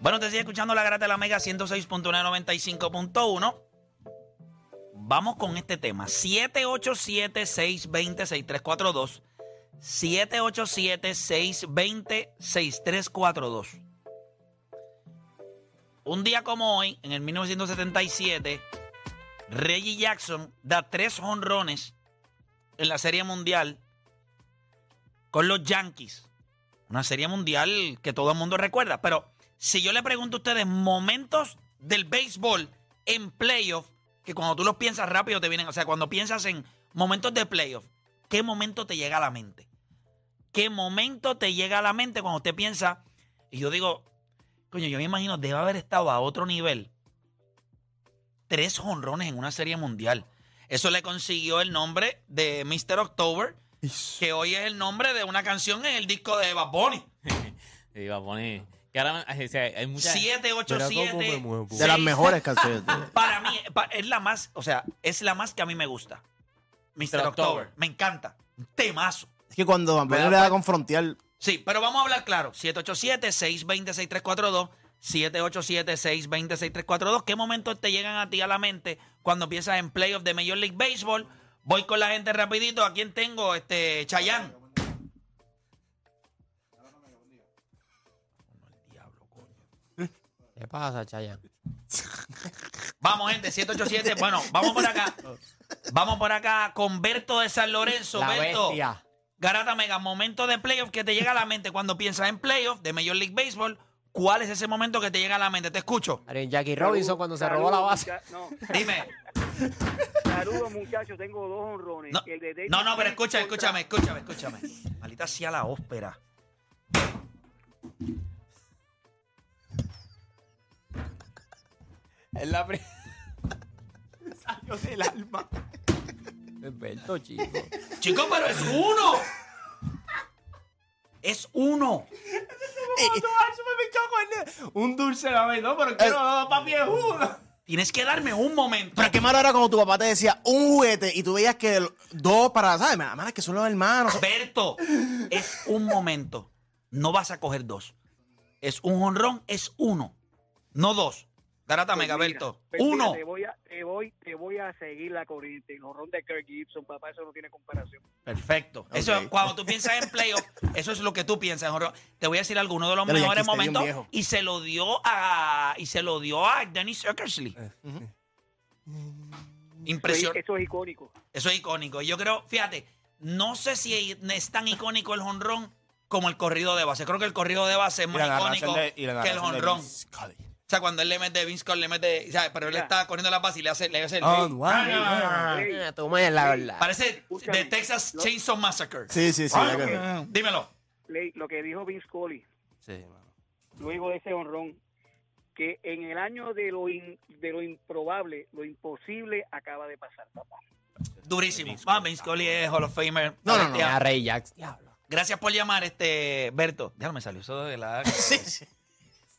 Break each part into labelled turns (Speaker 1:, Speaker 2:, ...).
Speaker 1: Bueno, te sigue escuchando la grata de la Mega 106.995.1. Vamos con este tema. 787-620-6342. 787-620-6342. Un día como hoy, en el 1977, Reggie Jackson da tres honrones en la Serie Mundial con los Yankees. Una Serie Mundial que todo el mundo recuerda, pero si yo le pregunto a ustedes momentos del béisbol en playoff, que cuando tú los piensas rápido te vienen, o sea, cuando piensas en momentos de playoff, ¿qué momento te llega a la mente? ¿Qué momento te llega a la mente cuando usted piensa? Y yo digo, coño, yo me imagino, debe haber estado a otro nivel. Tres honrones en una serie mundial. Eso le consiguió el nombre de Mr. October, que hoy es el nombre de una canción en el disco de Bad Bunny.
Speaker 2: Sí, va a poner. Que ahora o sea, hay muchas.
Speaker 1: 787.
Speaker 3: De las mejores canciones. de-
Speaker 1: Para mí, pa- es la más, o sea, es la más que a mí me gusta. Mr. October.
Speaker 2: October.
Speaker 1: Me encanta. Un temazo.
Speaker 3: Es que cuando Van Pedro
Speaker 1: Me
Speaker 3: le
Speaker 1: da
Speaker 3: da
Speaker 1: pa-
Speaker 3: a confrontear,
Speaker 1: Sí, pero vamos a hablar claro. 787-620-6342. 787-620-6342. ¿Qué momentos te llegan a ti a la mente cuando piensas en playoff de Major League Baseball? Voy con la gente rapidito. ¿A quién tengo? Este, Chayán.
Speaker 4: ¿Qué pasa, Chayan?
Speaker 1: Vamos, gente, 787. Bueno, vamos por acá. Vamos por acá con Berto de San Lorenzo.
Speaker 4: La
Speaker 1: Berto.
Speaker 4: bestia.
Speaker 1: Garata Mega, momento de playoff que te llega a la mente cuando piensas en playoff de Major League Baseball. ¿Cuál es ese momento que te llega a la mente? Te escucho.
Speaker 4: Ariel Jackie Robinson cuando se robó
Speaker 5: Saludos,
Speaker 4: la base.
Speaker 5: mucha- No,
Speaker 1: Dime.
Speaker 5: saludos muchachos, tengo dos honrones.
Speaker 1: No,
Speaker 5: El de David
Speaker 1: no, no, pero escucha,
Speaker 5: contra-
Speaker 1: escúchame, escúchame, escúchame. Malita sea la ópera.
Speaker 4: Es la primera. Salió del alma. Alberto, chico.
Speaker 1: Chico, pero es uno. Es uno.
Speaker 4: Un dulce la vez, ¿no? Pero quiero papi es uno.
Speaker 1: Tienes que darme un momento.
Speaker 3: Eh, pero qué malo era cuando tu papá te decía un juguete y tú veías que el- dos para, ¿sabes? Mira, mano, es que son los hermanos.
Speaker 1: Berto, es un momento. No vas a coger dos. Es un honrón, es uno. No dos. Garata
Speaker 5: Pues
Speaker 1: Mega,
Speaker 5: mira,
Speaker 1: Berto.
Speaker 5: pues mira,
Speaker 1: Uno.
Speaker 5: Te voy, a, te, voy, te voy a seguir la corriente. El honrón de Kirk Gibson, papá, eso no tiene comparación.
Speaker 1: Perfecto. Eso,
Speaker 3: Ok.
Speaker 1: cuando tú piensas en playoff, eso es lo que tú piensas. Jorge. Te voy a decir alguno de los
Speaker 3: Ya lo
Speaker 1: mejores
Speaker 3: yanquiste bien
Speaker 1: momentos.
Speaker 3: viejo.
Speaker 1: Y se lo dio a. Y se lo dio a Dennis Eckersley.
Speaker 3: Eh,
Speaker 5: Eso es-
Speaker 1: Impresionante.
Speaker 6: eh.
Speaker 5: Eso es icónico.
Speaker 1: Eso es icónico. Y Yo creo, fíjate, no sé si es tan icónico el jonrón como el corrido de base. Creo que el corrido de base es más icónico que el jonrón. O sea, cuando él le mete Vince Cole, le mete. ¿sabes? Pero él
Speaker 5: Mira.
Speaker 1: está corriendo las bases y le hace, le hace el.
Speaker 3: Oh,
Speaker 5: Ey,
Speaker 4: Ah, tú me la verdad.
Speaker 1: Parece de
Speaker 5: Escúchame.
Speaker 1: Texas
Speaker 5: No.
Speaker 1: Chainsaw Massacre.
Speaker 3: Sí, sí, sí. ya que-
Speaker 1: Dímelo.
Speaker 5: Ley, lo que dijo Vince Coley,
Speaker 3: Sí, mano.
Speaker 5: luego de ese honrón, que en el año de lo, in- de lo improbable, lo imposible acaba de pasar, papá.
Speaker 1: Durísimo. Ah, Vince Coley es Hall of Famer.
Speaker 3: No, no, no.
Speaker 4: Mira, Ray Jax. Diablo.
Speaker 1: Gracias por llamar, este Berto. Déjame me salió eso de la.
Speaker 3: Sí, sí.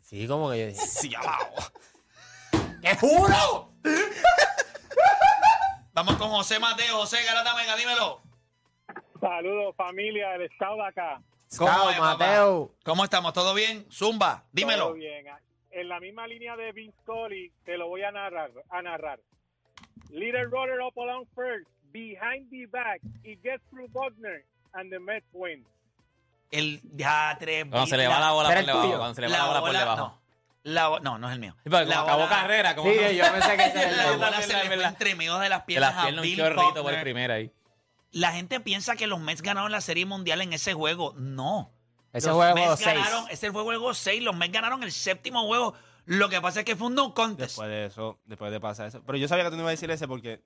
Speaker 4: Sí, como que yo dije.
Speaker 3: Sí, ya va.
Speaker 4: ¡Te juro!
Speaker 1: Vamos con José Mateo. José Garata Mega, dímelo.
Speaker 6: Saludos familia del estado de acá.
Speaker 4: Chao,
Speaker 1: es, papá?
Speaker 4: Mateo.
Speaker 1: ¿Cómo estamos? ¿Todo bien? Zumba, dímelo.
Speaker 6: Todo bien. En la misma línea de Vince Coley te lo voy a narrar. A narrar. Leader runner up along first, behind the back, he gets through Buckner and the Mets win.
Speaker 1: El ya tres.
Speaker 2: Cuando se le va la bola por
Speaker 4: Era el
Speaker 2: debajo.
Speaker 4: tuyo.
Speaker 2: Cuando se le va la bola por debajo.
Speaker 1: No. La bo- no, no es el mío.
Speaker 2: Sí, porque
Speaker 1: La
Speaker 2: como acabó
Speaker 1: bola-
Speaker 2: carrera, como
Speaker 4: Sí,
Speaker 2: no-
Speaker 4: yo pensé que ese era el
Speaker 1: La
Speaker 4: de-
Speaker 1: bola se
Speaker 2: verdad,
Speaker 1: le fue
Speaker 2: verdad.
Speaker 1: entre medio de las
Speaker 2: de
Speaker 1: piernas
Speaker 2: las
Speaker 1: a
Speaker 2: piernas un
Speaker 1: Bill
Speaker 2: chorrito por
Speaker 1: Buckner.
Speaker 2: primera ahí.
Speaker 1: La gente piensa que los Mets ganaron la Serie Mundial en ese juego. No.
Speaker 4: Ese
Speaker 1: Los
Speaker 4: juego
Speaker 1: Mets
Speaker 4: 6.
Speaker 1: ganaron, ese fue el juego 6. Los Mets ganaron el séptimo juego. Lo que pasa es que fue un no contest.
Speaker 7: Después de eso, después de pasar eso. Pero yo sabía que tú no ibas a decir ese porque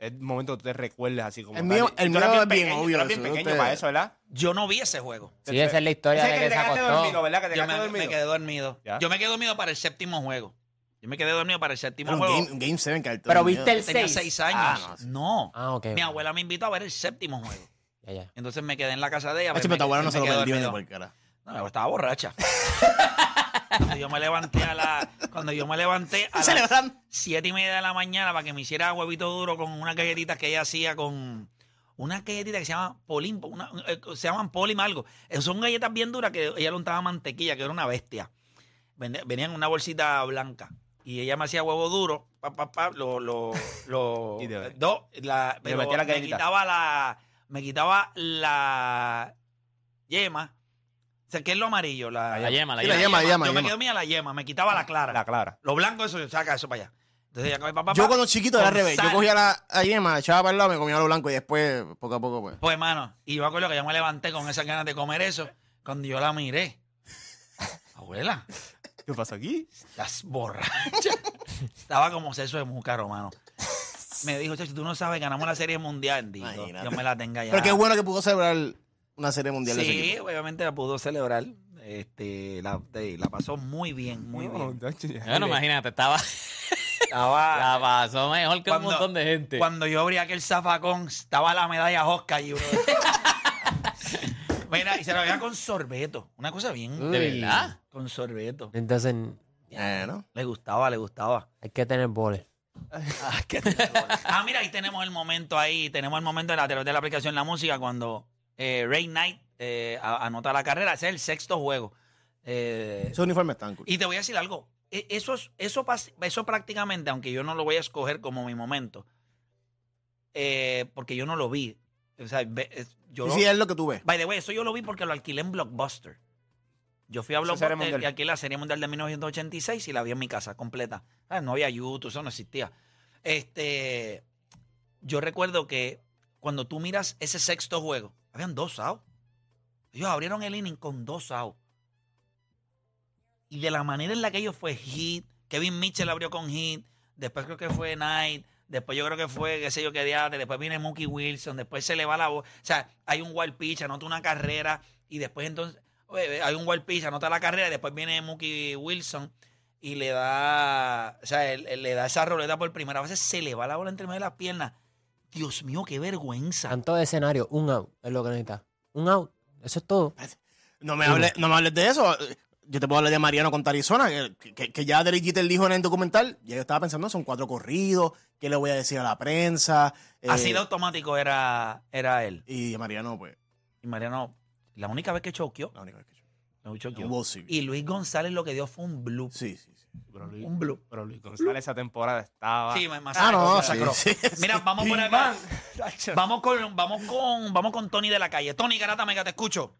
Speaker 4: es momento que tú te recuerdes así como.
Speaker 3: El
Speaker 4: tal.
Speaker 3: mío-
Speaker 4: Y tú
Speaker 3: el
Speaker 4: eras
Speaker 3: mío es bien
Speaker 4: pequeño, tú
Speaker 3: obvio,
Speaker 4: eras bien
Speaker 3: eso
Speaker 4: pequeño
Speaker 3: ustedes-
Speaker 4: para eso, ¿verdad?
Speaker 1: Yo no vi ese juego.
Speaker 7: Sí, esa es la historia
Speaker 4: Ese
Speaker 7: de
Speaker 4: te
Speaker 7: que se
Speaker 4: quedaste dormido,
Speaker 7: acostó.
Speaker 4: ¿verdad? Que te
Speaker 1: Yo
Speaker 4: quedaste
Speaker 1: me, me
Speaker 4: dormido.
Speaker 1: quedé dormido.
Speaker 4: ¿Ya?
Speaker 1: Yo me quedé dormido para el séptimo juego. Yo me quedé dormido para el séptimo
Speaker 3: Pero un
Speaker 1: juego.
Speaker 3: game, un game 7 cartón.
Speaker 7: Pero viste el
Speaker 1: Tenía
Speaker 7: 6.
Speaker 1: seis años.
Speaker 7: Ah, no.
Speaker 1: no.
Speaker 7: Ah, ok.
Speaker 1: Mi abuela me invitó a ver el séptimo juego.
Speaker 7: Ya, ya.
Speaker 1: Entonces me quedé en la casa de ella.
Speaker 3: Oye,
Speaker 1: me-
Speaker 3: pero tu abuela no
Speaker 1: me
Speaker 3: se lo
Speaker 1: quedé
Speaker 3: perdió ni
Speaker 1: dormido.
Speaker 3: por cara.
Speaker 1: No, mi abuela estaba borracha. cuando yo me levanté a la. Cuando yo me levanté a las
Speaker 3: Celebrando.
Speaker 1: siete y media de la mañana para que me hiciera huevito duro con unas galletitas que ella hacía con. Unas galletitas que se llaman Polim, una- eh, se llaman Polim algo. Eh, Son galletas bien duras que ella le untaba mantequilla, que era una bestia. Vende- Venían en una bolsita blanca. Y ella me hacía huevo duro, pa, pa, pa, lo, lo, lo,
Speaker 4: Y te-
Speaker 1: dos, la,
Speaker 4: le
Speaker 1: pero
Speaker 4: metía la
Speaker 1: me
Speaker 4: galletita.
Speaker 1: quitaba la, me quitaba la yema, o sea, ¿qué es lo amarillo? La,
Speaker 2: La yema, la
Speaker 3: Sí, la
Speaker 2: yema.
Speaker 3: yema, yema,
Speaker 1: Yo me
Speaker 3: yema.
Speaker 1: quedo mía la yema, me quitaba la clara.
Speaker 4: La clara.
Speaker 1: Lo blanco, eso, saca eso para allá. Entonces ella come papá.
Speaker 3: Yo cuando chiquito era al revés. Yo
Speaker 1: cogía
Speaker 3: cogía la, la yema, echaba para el lado, me comía lo blanco y después, poco a poco, pues.
Speaker 1: Pues, hermano, y yo me acuerdo que yo me levanté con esas ganas de comer eso cuando yo la miré. Abuela,
Speaker 4: ¿Qué pasa aquí?
Speaker 1: estás borracha. Estaba como seso de múcaro, hermano. Me dijo, chacho, tú no sabes, ganamos la serie mundial. Digo,
Speaker 3: Imagínate.
Speaker 1: Dios me la tenga ya.
Speaker 3: Pero qué bueno que pudo celebrar una serie mundial de ese
Speaker 1: Sí,
Speaker 3: equipo.
Speaker 1: obviamente la pudo celebrar. Este, la, de- la pasó muy bien, muy bien.
Speaker 2: Bueno, imagínate, estaba.
Speaker 1: Estaba-
Speaker 2: La pasó mejor que
Speaker 1: Cuando-
Speaker 2: un montón de gente.
Speaker 1: Cuando yo abrí aquel zafacón, estaba la medalla Oscar allí, bro. Mira, y se la veía con sorbeto. Una cosa bien.
Speaker 2: ¿De
Speaker 7: Uy.
Speaker 2: verdad?
Speaker 1: Con sorbeto.
Speaker 7: Entonces,
Speaker 3: Bueno.
Speaker 1: Le gustaba, le gustaba.
Speaker 7: hay que tener boles.
Speaker 1: Ah, mira, ahí tenemos el momento ahí. Tenemos el momento de la de la aplicación La Música cuando eh, Ray Knight eh, a- anota la carrera. Ese es el sexto juego. Eh,
Speaker 3: Esos uniformes están cool.
Speaker 1: Y te voy a decir algo. E- Eso, es- eso, pas- eso prácticamente, aunque yo no lo voy a escoger como mi momento, eh, porque yo no lo vi. O sea, ve- es- yo
Speaker 3: Y
Speaker 1: lo-
Speaker 3: sí, es lo que tú ves.
Speaker 1: By the way, eso yo lo vi porque lo alquilé en Blockbuster. Yo fui a
Speaker 4: Esa serie
Speaker 1: Blockbuster
Speaker 4: mundial.
Speaker 1: y alquilé la Serie Mundial de 1986 y la vi en mi casa completa. Ah, No había YouTube, eso no existía. Este, yo recuerdo que cuando tú miras ese sexto juego, habían dos outs. Ellos abrieron el inning con dos outs. Y de la manera en la que ellos fue hit, Kevin Mitchell abrió con hit, después creo que fue Knight, después yo creo que fue, qué sé yo, qué diatre, después viene Mookie Wilson, después se le va la voz. O sea, hay un wild pitch, anota una carrera, y después entonces, oye, eh, hay un wild pitch, anota la carrera, y después viene Mookie Wilson y le da, o sea, él- él le da esa roleta por primera vez, se le va la bola entre medio de las piernas. Dios mío, qué vergüenza.
Speaker 7: Tanto de escenario, un out es lo que necesita. Un out, eso es todo.
Speaker 3: No me, hables, no me hables de eso. Yo te puedo hablar de Mariano contra Arizona, que, que, que ya Derek Jeter dijo en el documental, ya yo estaba pensando, son cuatro corridos, ¿qué le voy a decir a la prensa? Eh,
Speaker 1: Así de automático era, era él.
Speaker 3: Y Mariano, pues,
Speaker 1: Y Mariano, la única vez que choqueó,
Speaker 3: la única vez que yo.
Speaker 1: no choqueó.
Speaker 3: Un World Series.
Speaker 1: Y Luis González lo que dio fue un blue.
Speaker 3: Sí, sí, sí.
Speaker 4: Pero Luis,
Speaker 1: Un blue.
Speaker 4: pero Luis González esa temporada estaba.
Speaker 1: Sí, me masacró,
Speaker 3: Ah, no,
Speaker 1: me
Speaker 3: sí,
Speaker 1: masacró.
Speaker 3: sí, sí.
Speaker 1: Mira, vamos por acá. Vamos con, vamos con, vamos con Tony de la calle. Tony Garata Mega, te escucho.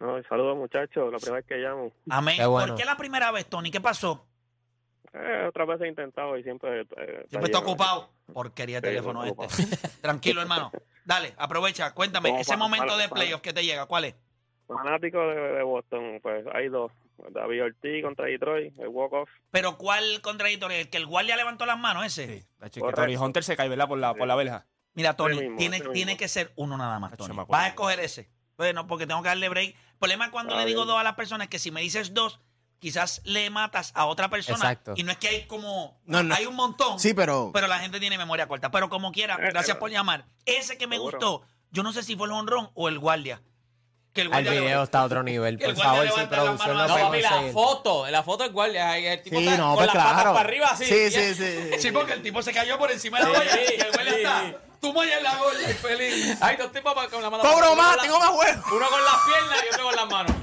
Speaker 8: No, saludos muchachos, la primera vez que llamo.
Speaker 1: Amén.
Speaker 7: Qué bueno.
Speaker 1: ¿Por qué la primera vez, Tony? ¿Qué pasó?
Speaker 8: Eh, otras veces he intentado y siempre... eh, está
Speaker 1: Siempre está
Speaker 8: lleno.
Speaker 1: ocupado. Porquería de
Speaker 8: Sí,
Speaker 1: teléfono
Speaker 8: ocupado.
Speaker 1: este. Tranquilo, hermano. Dale, aprovecha, cuéntame.
Speaker 8: Como
Speaker 1: Ese
Speaker 8: para-
Speaker 1: momento
Speaker 8: para-
Speaker 1: de
Speaker 8: para-
Speaker 1: playoff que te llega, ¿cuál es?
Speaker 8: Fanático de, de Boston, pues hay dos. David Ortiz contra Detroit, el walk-off.
Speaker 1: Pero ¿cuál contradictorio? ¿El que el guardia levantó las manos ese?
Speaker 4: Sí, tacho, que
Speaker 8: Correcto.
Speaker 4: Tony Hunter se cae, ¿verdad? Por la, por la verja.
Speaker 1: Mira, Tony,
Speaker 8: mismo,
Speaker 1: tiene,
Speaker 8: ese mismo.
Speaker 1: tiene que ser uno nada más,
Speaker 4: Acho,
Speaker 1: Tony.
Speaker 4: me acuerdo.
Speaker 1: Vas a escoger ese. Bueno, porque tengo que darle break. El problema es cuando
Speaker 8: Ah,
Speaker 1: le digo
Speaker 8: bien.
Speaker 1: dos a las personas que si me dices dos, quizás le matas a otra persona.
Speaker 7: Exacto.
Speaker 1: Y no es que hay como.
Speaker 3: No, no.
Speaker 1: Hay un montón.
Speaker 3: Sí, pero,
Speaker 1: Pero la gente tiene memoria corta. Pero como quiera,
Speaker 8: Eh,
Speaker 1: gracias
Speaker 8: eh,
Speaker 1: por llamar. Ese que me
Speaker 8: seguro.
Speaker 1: gustó, yo no sé si fue el honrón o el guardia. Que el
Speaker 7: El
Speaker 1: guardia. le-
Speaker 7: video está a otro nivel.
Speaker 1: Que el
Speaker 7: Por
Speaker 1: guardia
Speaker 7: favor, si
Speaker 1: levanta la
Speaker 7: producción
Speaker 1: mano
Speaker 7: no
Speaker 2: No,
Speaker 7: puede
Speaker 1: así.
Speaker 2: papi, la
Speaker 7: conseguir.
Speaker 2: foto, la foto del guardia. ahí El tipo
Speaker 3: sí,
Speaker 2: está
Speaker 3: no,
Speaker 2: con
Speaker 3: pues
Speaker 2: las patas
Speaker 3: claro.
Speaker 2: para arriba, así.
Speaker 3: Sí, sí, sí.
Speaker 1: Sí, porque el tipo se cayó por encima de la
Speaker 2: Sí,
Speaker 1: boya. y el guardia
Speaker 2: sí.
Speaker 1: está. Tú me en la gorda y feliz.
Speaker 2: Hay dos tipos pa- con la mano.
Speaker 3: ¡Cobro
Speaker 2: uno
Speaker 3: más!
Speaker 2: con la-
Speaker 3: ¡Tengo más juegos!
Speaker 2: Uno con las piernas y otro con las manos.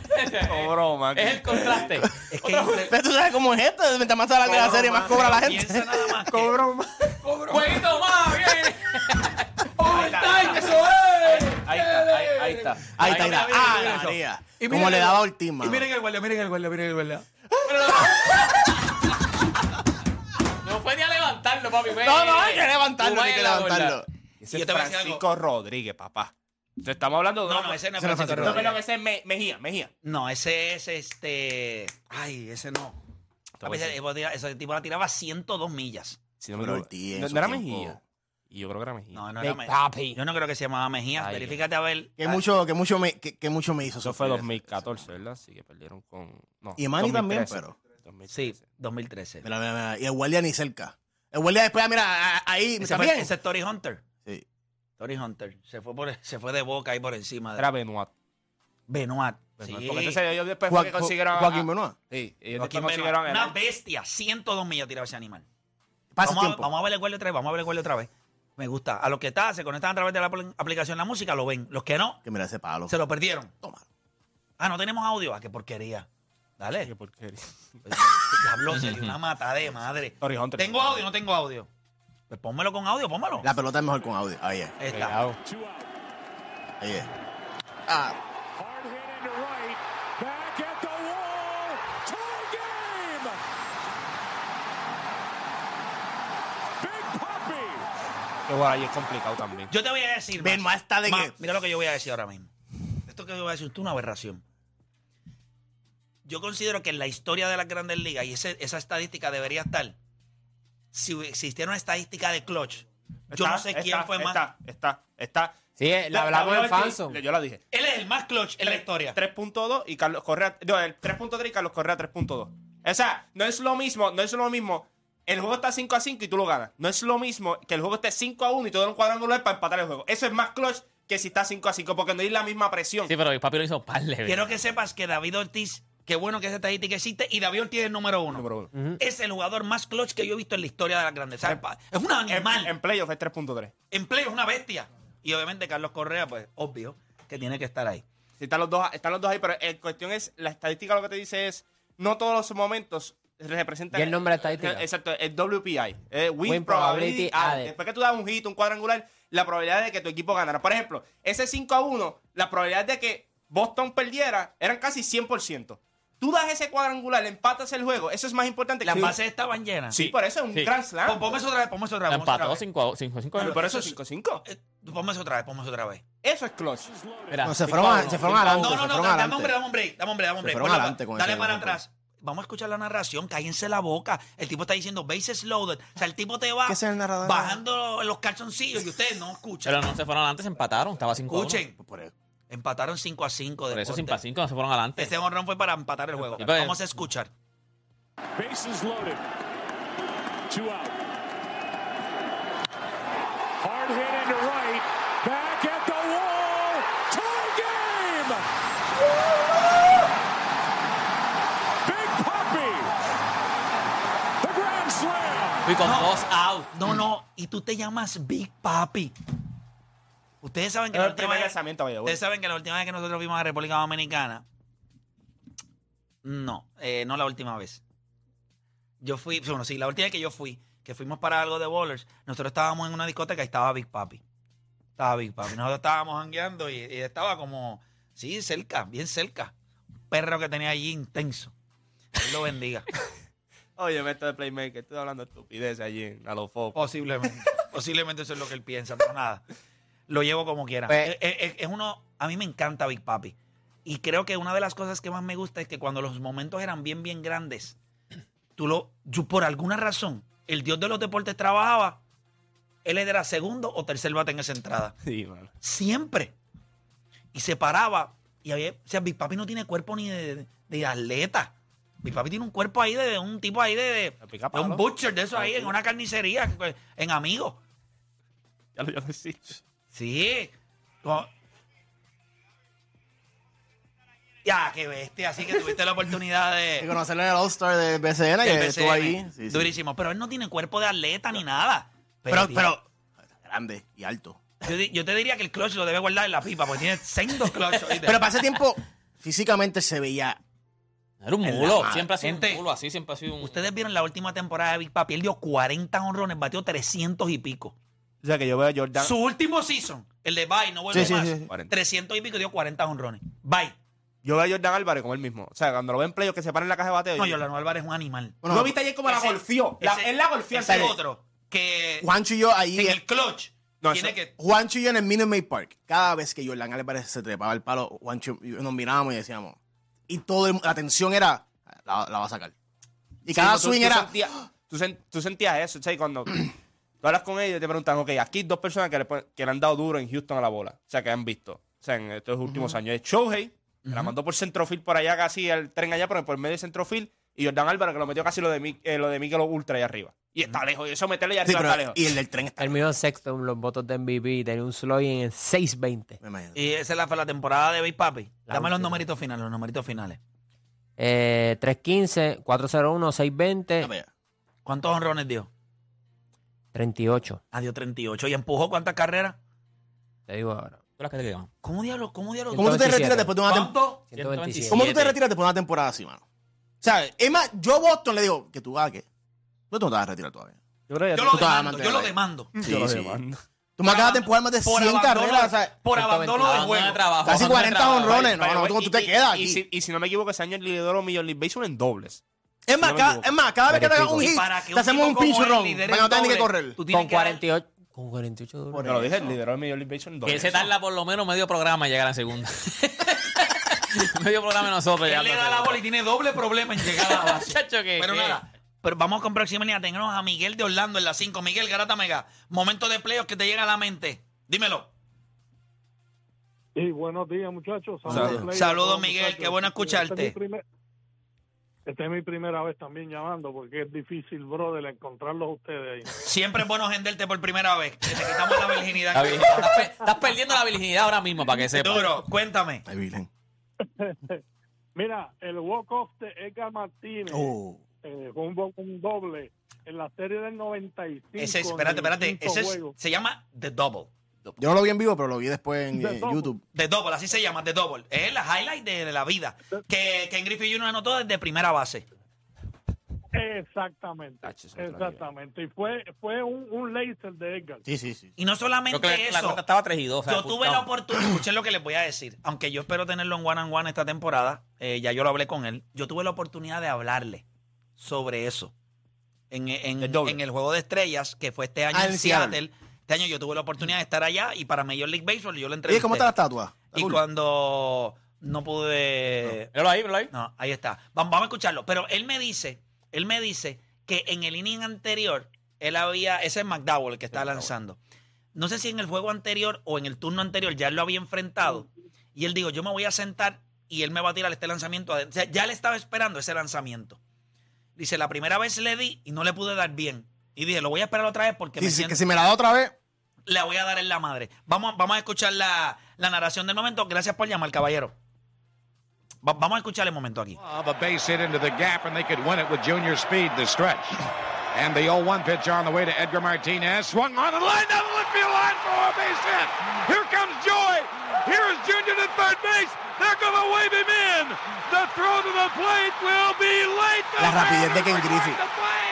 Speaker 4: No, broma.
Speaker 2: es el contraste.
Speaker 1: Es que entre-
Speaker 3: Pero tú sabes cómo es esto, mientras más larga la serie, más cobra la gente.
Speaker 1: Piensa nada más que-
Speaker 2: Jueguito más, Oh, bien.
Speaker 1: Overtime, eso es.
Speaker 4: Ahí está, ahí, ahí está.
Speaker 3: Ahí está, ahí está.
Speaker 2: Mira, mira,
Speaker 3: ¡Ah,
Speaker 2: mira
Speaker 3: la
Speaker 2: eso.
Speaker 3: María!
Speaker 1: Y mira
Speaker 3: Como le
Speaker 1: que-
Speaker 3: daba a Ortiz,
Speaker 1: Y
Speaker 3: mano.
Speaker 1: miren el guardia, miren el guardia, miren el guardia.
Speaker 2: No fue ni a levantarlo, papi. fue-
Speaker 3: No, no, hay que levantarlo,
Speaker 2: Tú
Speaker 3: hay que
Speaker 2: baila, gorda.
Speaker 3: levantarlo.
Speaker 4: Ese
Speaker 1: Yo
Speaker 4: es
Speaker 1: te voy a decir
Speaker 4: Francisco Rodríguez, papá. Te estamos hablando de
Speaker 1: No,
Speaker 4: una-
Speaker 1: no, ese no es
Speaker 3: Ese no es
Speaker 1: Francisco
Speaker 3: Francisco
Speaker 4: No,
Speaker 1: Rodríguez.
Speaker 4: perdón, ese es Me- Mejía, Mejía.
Speaker 1: No, ese es este. Ay, ese no.
Speaker 4: Te
Speaker 1: Papi,
Speaker 4: voy a
Speaker 1: ese,
Speaker 4: decir.
Speaker 1: ese tipo la tiraba 102 millas.
Speaker 4: Si no me
Speaker 3: Pero
Speaker 4: equivoco.
Speaker 3: Ortiz en
Speaker 4: No-
Speaker 3: su
Speaker 4: no era
Speaker 3: tiempo-
Speaker 4: Mejía. Y yo creo que era Mejía.
Speaker 1: No, no era
Speaker 7: Big
Speaker 1: Mejías.
Speaker 7: Papi.
Speaker 1: Yo no creo que se llamaba Mejías.
Speaker 4: Ay,
Speaker 1: Verifícate a ver.
Speaker 3: Que mucho, que mucho me, que, que mucho me hizo.
Speaker 4: Eso fue
Speaker 3: sufrir.
Speaker 4: 2014, ¿verdad? Así que perdieron con. No,
Speaker 3: Y Manny también,
Speaker 4: 2013.
Speaker 3: pero.
Speaker 4: 2013.
Speaker 1: Sí, 2013.
Speaker 3: Mira, mira, mira. Y el guardia ni cerca. El guardia después, ah, mira, a- a- ahí.
Speaker 1: Ese, fue-
Speaker 3: ¿También?
Speaker 1: ese es Tory Hunter.
Speaker 3: Sí.
Speaker 1: Tory Hunter. Se fue, por, se fue de boca ahí por encima. De
Speaker 4: Era Benoit.
Speaker 1: Benoit. Sí.
Speaker 4: Benoit, Porque entonces ellos después fue
Speaker 3: Joa-
Speaker 4: que
Speaker 3: Jo-
Speaker 4: consiguieron. a-
Speaker 3: Joaquín Benoit.
Speaker 4: Sí, ellos
Speaker 1: Joaquín
Speaker 4: después
Speaker 1: Benoit.
Speaker 4: consiguieron. el-
Speaker 1: Una bestia. 102 millas tiraba ese animal.
Speaker 3: Pasa
Speaker 1: vamos,
Speaker 3: tiempo.
Speaker 1: A, vamos a ver el cuello otra vez. Vamos a ver el cuello otra vez. Me gusta. A los que está, se conectan a través de la apl- aplicación La Música, lo ven. Los que no,
Speaker 3: Que mira ese palo.
Speaker 1: se lo perdieron.
Speaker 3: Toma.
Speaker 1: Ah, no tenemos audio. Ah, qué porquería.
Speaker 4: Qué
Speaker 1: Dale.
Speaker 4: porquería.
Speaker 1: Pues, Diablo, se dio una mata de madre.
Speaker 4: Tory Hunter.
Speaker 1: ¿Tengo audio no tengo audio? Pues pónmelo con audio, pónmelo.
Speaker 3: La pelota es mejor con audio. Ahí es.
Speaker 1: Ahí está.
Speaker 4: Pegado.
Speaker 3: Ahí es. Ah,
Speaker 4: Que bueno, ahí es complicado también.
Speaker 1: Yo te voy a decir.
Speaker 3: Ven,
Speaker 1: Max.
Speaker 3: más está de
Speaker 1: Ma-
Speaker 3: que-
Speaker 1: Mira lo que yo voy a decir ahora mismo. Esto que yo voy a decir es una aberración. Yo considero que en la historia de las grandes ligas, y ese- esa estadística debería estar, si hu- existiera una estadística de clutch, yo
Speaker 4: Está,
Speaker 1: no sé quién
Speaker 4: está,
Speaker 1: fue más.
Speaker 4: Está, está, está.
Speaker 7: Sí, eh, la hablamos
Speaker 4: yo
Speaker 7: en
Speaker 4: dije-
Speaker 7: Fanson.
Speaker 4: Yo la dije.
Speaker 1: Él es el más clutch en la historia.
Speaker 4: 3.2 y Carlos Correa. No, el 3.3 y Carlos Correa 3.2. O sea, no es lo mismo, no es lo mismo. El juego está 5 a 5 y tú lo ganas. No es lo mismo que el juego esté 5 a 1 y tú das un cuadrangular para empatar el juego. Eso es más clutch que si está 5 a 5 porque no hay la misma presión.
Speaker 2: Sí, pero el papi lo hizo par de veces.
Speaker 1: Quiero que sepas que David Ortiz, qué bueno que esa estadística existe, y David Ortiz es el número uno.
Speaker 4: Número uno.
Speaker 1: Es el jugador más clutch que yo he visto en la historia de las grandes. O
Speaker 3: Em,
Speaker 1: sea, pa- es un
Speaker 4: En,
Speaker 1: animal.
Speaker 4: en playoff es 3.3.
Speaker 1: Empleo es una bestia. Y obviamente Carlos Correa, pues, obvio, que tiene que estar ahí.
Speaker 4: Sí, están los dos, están los dos ahí, pero la cuestión es, la estadística lo que te dice es, no todos los momentos representan...
Speaker 7: ¿Y el nombre de la estadística?
Speaker 4: Exacto, el WPI, eh, Win,
Speaker 7: Win
Speaker 4: Probability
Speaker 7: Probability
Speaker 4: Added.
Speaker 7: Added.
Speaker 4: Después que tú das un hit, un cuadrangular, la probabilidad de que tu equipo ganara. Por ejemplo, ese 5 a 1, la probabilidad de que Boston perdiera eran casi 100%. Tú das ese cuadrangular, empatas el juego, eso es más importante
Speaker 1: Las
Speaker 4: que...
Speaker 1: bases estaban llenas.
Speaker 4: Sí, por eso es un
Speaker 2: Sí.
Speaker 4: Grand Slam. Ah,
Speaker 1: Pon- Ponme eso otra vez, ponme eso otra
Speaker 2: La
Speaker 1: vez. ponme eso
Speaker 2: Empató
Speaker 1: otra
Speaker 2: 5 5 5
Speaker 4: Pero por eso
Speaker 1: eso es-
Speaker 4: 5-5.
Speaker 1: vez. Eh, Ponme eso otra vez, ponme eso otra vez.
Speaker 4: Eso es clutch.
Speaker 3: no, se fueron, a- se fueron adelante.
Speaker 1: No, no,
Speaker 3: se
Speaker 1: no,
Speaker 3: fueron
Speaker 1: da- dame
Speaker 3: adelante.
Speaker 1: hombre, dame hombre, dame hombre, dame hombre.
Speaker 3: fueron
Speaker 1: Ponlo-
Speaker 3: adelante con
Speaker 1: Dale
Speaker 3: ese
Speaker 1: para
Speaker 3: grupo.
Speaker 1: atrás. Vamos a escuchar la narración, cállense la boca. El tipo está diciendo bases loaded. O sea, el tipo te va
Speaker 3: ¿Qué es el narrador?
Speaker 1: bajando los calzoncillos y ustedes no escuchan.
Speaker 2: Pero no se fueron adelante, se empataron. Estaba 5
Speaker 1: Escuchen,
Speaker 3: Por eso.
Speaker 1: empataron 5 a 5.
Speaker 2: Por eso
Speaker 1: deporte.
Speaker 2: 5 5 no se fueron adelante.
Speaker 1: Este honrón fue para empatar el juego.
Speaker 2: Y pues-
Speaker 1: Vamos a escuchar.
Speaker 8: Bases loaded. Two out. Hard hit into right. Back at the wall. Tie game. Big Poppy. The grand slam.
Speaker 2: Y con dos out.
Speaker 1: No, no, y tú te llamas Big Papi. Ustedes saben que,
Speaker 4: Era
Speaker 1: la
Speaker 4: el
Speaker 1: última,
Speaker 4: primer
Speaker 1: vez,
Speaker 4: lanzamiento, vaya,
Speaker 1: ustedes saben que la última vez que nosotros vimos a República Dominicana, no, eh, no la última vez. Yo fui, bueno, sí, la última vez que yo fui, que fuimos para algo de Bowlers, nosotros estábamos en una discoteca y estaba Big Papi. Estaba Big Papi. Nosotros estábamos jangueando y, y estaba como, sí, cerca, bien cerca. Un perro que tenía allí intenso. Dios lo bendiga.
Speaker 4: Oye, esto de Playmaker, estoy hablando de estupidez allí en Alofo.
Speaker 1: Posiblemente. Posiblemente eso es lo que él piensa, pero nada. Lo llevo como quiera.
Speaker 7: Pues-
Speaker 1: Eh, eh, eh, es, uno. A mí me encanta Big Papi. Y creo que una de las cosas que más me gusta es que cuando los momentos eran bien, bien grandes, tú lo. yo, por alguna razón, el dios de los deportes trabajaba. Él era segundo o tercer bate en esa entrada.
Speaker 4: Sí, mano.
Speaker 1: Siempre. Y se paraba. Y había, o sea, Big Papi no tiene cuerpo ni de, de atleta. Big Papi tiene un cuerpo ahí de, de un tipo ahí de- de,
Speaker 4: La pica
Speaker 1: es un
Speaker 4: palo.
Speaker 1: butcher de eso ahí, en una carnicería, pues, en amigos.
Speaker 4: Ya lo ya lo hiciste.
Speaker 1: Sí. Co- Ya, qué bestia. Así que tuviste la oportunidad
Speaker 3: Y
Speaker 1: de.
Speaker 3: conocerlo en el All-Star de
Speaker 1: del
Speaker 3: BCN, que estuvo
Speaker 1: BCN.
Speaker 3: ahí. Sí, sí.
Speaker 1: Durísimo. Pero él no tiene cuerpo de atleta ni nada.
Speaker 3: Pero,
Speaker 1: tío,
Speaker 3: pero, grande y alto.
Speaker 1: Yo, di- yo te diría que el clutch lo debe guardar en la pipa, porque tiene sendos clutch. ¿oíste?
Speaker 3: Pero para ese tiempo, físicamente se veía.
Speaker 2: Era un
Speaker 3: En la
Speaker 2: mulo.
Speaker 3: madre.
Speaker 2: Siempre ha sido
Speaker 1: Gente,
Speaker 2: un mulo así, siempre ha sido un.
Speaker 1: Ustedes vieron la última temporada de Big Papi. Él dio 40 honrones, batió 300 y pico.
Speaker 4: O sea que yo veo a Jordan.
Speaker 1: Su último season, el de Bye, no vuelve
Speaker 3: Sí, sí,
Speaker 1: más.
Speaker 3: sí, sí.
Speaker 4: 40.
Speaker 1: 300 y pico dio 40 honrones. Bye.
Speaker 4: Yo veo a Jordan Álvarez como él mismo. O sea, cuando lo ven en playoff que se para en la caja de bateo.
Speaker 1: No, Yolano Álvarez es un animal.
Speaker 4: ¿No viste ayer cómo la
Speaker 1: Ese-
Speaker 4: golfió? La-
Speaker 1: ese-
Speaker 4: él la golfió
Speaker 1: ese
Speaker 4: antes de-
Speaker 1: otro que
Speaker 3: Juancho y yo ahí.
Speaker 1: Eh, en el clutch
Speaker 4: No,
Speaker 1: tiene
Speaker 4: eso-
Speaker 1: que
Speaker 3: Juancho y yo en el Minute Maid Park. Cada vez que Jordan Álvarez se trepaba el palo, Juancho y yo nos mirábamos y decíamos. Y todo el- la atención era. La, la va a sacar. Y cada
Speaker 4: Sí, tú-
Speaker 3: swing
Speaker 4: tú
Speaker 3: era.
Speaker 4: ¡Ah! sentías- tú, sen- tú sentías eso, ¿sabes? Cuando Tú hablas con ellos y te preguntan, ok, aquí dos personas que le, ponen- que le han dado duro en Houston a la bola. O sea, que han visto. O sea, en estos últimos años. Es Shohei, que la mandó por centrofil por allá casi, el tren allá, pero por medio de centrofil. Y Jordan Álvarez, que lo metió casi lo de, Mi- eh, lo de Miguel Ultra allá arriba. Y está lejos. Y eso meterle allá
Speaker 3: Sí,
Speaker 4: arriba
Speaker 3: pero-
Speaker 4: está lejos.
Speaker 3: y el del tren está.
Speaker 7: Terminó sexto en los votos de MVP y tenía un slogan en 620.
Speaker 3: Me imagino.
Speaker 1: Y esa es la, la temporada de Big Papi.
Speaker 7: La
Speaker 1: Dame los
Speaker 7: última.
Speaker 1: numeritos finales, los numeritos finales.
Speaker 7: Eh, 315, 401,
Speaker 3: Mira
Speaker 7: 620,
Speaker 3: para allá.
Speaker 1: ¿Cuántos honrones dio?
Speaker 7: 38.
Speaker 1: Ah, dio 38. ¿Y empujó cuántas carreras?
Speaker 7: Te digo ahora.
Speaker 2: Tú las que te quedan.
Speaker 1: ¿Cómo diablo? ¿Cómo diablo?
Speaker 3: ¿Cómo tú te
Speaker 7: 127.
Speaker 3: retiras después de una temporada?
Speaker 1: ¿Cuánto?
Speaker 7: 127.
Speaker 3: ¿Cómo tú te
Speaker 1: 7.
Speaker 3: retiras después de una temporada así, mano? O sea, es más, yo a Boston le digo que tú vas a qué. Yo tú no te vas a retirar todavía.
Speaker 7: Yo creo
Speaker 1: Yo
Speaker 7: que ya
Speaker 1: lo
Speaker 3: Tú te vas a
Speaker 1: demando, yo
Speaker 3: mantener
Speaker 1: lo
Speaker 3: ahí.
Speaker 1: demando.
Speaker 3: Sí, sí.
Speaker 4: mano.
Speaker 3: Tú me acabas de
Speaker 1: aban-
Speaker 3: empujar más de
Speaker 1: por
Speaker 3: 100
Speaker 1: abandono
Speaker 3: carrelas.
Speaker 1: de-
Speaker 3: o sea,
Speaker 1: Por abandono de
Speaker 2: Abandono de
Speaker 1: juego.
Speaker 2: trabajo,
Speaker 3: Casi
Speaker 2: abandono de
Speaker 3: 40
Speaker 2: trabajo.
Speaker 3: honrones.
Speaker 4: By
Speaker 3: No,
Speaker 4: the
Speaker 3: no,
Speaker 4: way,
Speaker 3: tú- tú
Speaker 4: y-
Speaker 3: te
Speaker 4: y-
Speaker 3: quedas
Speaker 4: y
Speaker 3: aquí.
Speaker 4: si- Y si no me equivoco, ese año el lideró los Major League Baseball en dobles.
Speaker 3: es, más,
Speaker 4: no me
Speaker 3: cada,
Speaker 4: equivoco.
Speaker 3: es más, cada vez que te hagas un
Speaker 1: Y
Speaker 3: hit,
Speaker 1: para que
Speaker 3: te hacemos
Speaker 1: tipo
Speaker 3: un
Speaker 1: como
Speaker 3: pinche
Speaker 1: él
Speaker 3: ron.
Speaker 1: lidere
Speaker 3: Para que no
Speaker 1: en
Speaker 3: tengas ni que
Speaker 1: dobles,
Speaker 3: correr.
Speaker 1: tú tienes
Speaker 7: Con
Speaker 1: que dar-
Speaker 7: 48. Con 48 duros.
Speaker 4: Te lo dije, el lideró el Major League Baseball en dobles.
Speaker 2: Que se tarda por lo menos medio programa en llegar a la segunda. medio programa nosotros.
Speaker 1: Él
Speaker 2: llegando
Speaker 1: le
Speaker 2: a
Speaker 1: da la bola y
Speaker 2: segunda.
Speaker 1: tiene doble problema en llegar a la base.
Speaker 2: Chacho, que-
Speaker 1: Pero
Speaker 2: que-
Speaker 1: nada. Pero vamos con próxima línea. Tenemos a Miguel de Orlando en la 5. Miguel Garata Mega. Momento de playoff que te llega a la mente. Dímelo.
Speaker 6: Sí, buenos días, muchachos.
Speaker 3: Saludos.
Speaker 6: Play,
Speaker 1: Saludos,
Speaker 6: muchachos.
Speaker 1: Miguel, qué bueno escucharte.
Speaker 6: Esta es, mi primer- esta es mi primera vez también llamando porque es difícil, brother, encontrarlos a ustedes ahí.
Speaker 1: Siempre es bueno genderte por primera vez. Que te quitamos la virginidad.
Speaker 2: La virginidad. Estás, pe- estás perdiendo la virginidad ahora mismo, para que sepas.
Speaker 1: Duro, cuéntame.
Speaker 3: Ay, virgen.
Speaker 6: Mira, el walk-off de Edgar Martínez
Speaker 3: Oh.
Speaker 6: eh, fue un, bo- un doble en la serie del 95.
Speaker 1: Ese es,
Speaker 6: en
Speaker 1: espérate,
Speaker 6: el
Speaker 1: espérate.
Speaker 6: quinto
Speaker 1: Ese es-
Speaker 6: juego.
Speaker 1: se llama The Double.
Speaker 3: Yo no lo vi en vivo, pero lo vi después en
Speaker 6: De
Speaker 3: eh,
Speaker 6: todo.
Speaker 3: YouTube.
Speaker 1: The Double, así se llama, The Double. Es la highlight de, de la vida. Que, que en Griffith Jr. anotó desde primera base.
Speaker 6: Exactamente. Exactamente. Y fue, fue un, un laser de Edgar.
Speaker 3: Sí, sí, sí.
Speaker 1: Y no
Speaker 2: Creo que
Speaker 1: solamente
Speaker 2: la, la
Speaker 1: eso.
Speaker 2: cuenta estaba 3 y 2.
Speaker 1: Yo tuve la oportunidad, escuchen lo que les voy a decir, aunque yo espero tenerlo en one on one esta temporada, eh, ya yo lo hablé con él, yo tuve la oportunidad de hablarle sobre eso en, en-
Speaker 4: El doble.
Speaker 1: en el juego de estrellas que fue este año
Speaker 3: Ah,
Speaker 1: en
Speaker 3: en
Speaker 1: Seattle. Este año yo tuve la oportunidad de estar allá y para Major League Baseball yo lo
Speaker 3: Oye,
Speaker 1: entrevisté.
Speaker 3: ¿cómo está la estatua?
Speaker 1: y cuando no pude...
Speaker 2: Míralo ahí, míralo ahí.
Speaker 1: No, ahí está. Vamos, vamos a escucharlo. Pero él me dice, él me dice que en el inning anterior, él había, ese es McDowell el que está lanzando. No sé si en el juego anterior o en el turno anterior ya él lo había enfrentado. Y él dijo, yo me voy a sentar y él me va a tirar este lanzamiento. O sea, ya le estaba esperando ese lanzamiento. Dice, la primera vez le di y no le pude dar bien. Y dije, lo voy a esperar otra vez porque me
Speaker 3: Dice
Speaker 1: siento,
Speaker 3: que si me la da otra vez,
Speaker 1: le voy a dar en la madre. Vamos, vamos a escuchar la, la narración del momento. Gracias por llamar, caballero. Va- vamos a escuchar el momento aquí.
Speaker 9: Of a base hit into the gap, and they could win it with junior speed this stretch. And the 0 1 pitch on the way to Edgar Martinez. Swung on and line down the left field line for a base hit. Here comes Joy. Here is Junior to third base. They're going to wave him in. The throw to the plate will be late. The
Speaker 3: La rapidez de Ken
Speaker 9: Mariners
Speaker 3: Griffey.
Speaker 9: are going to play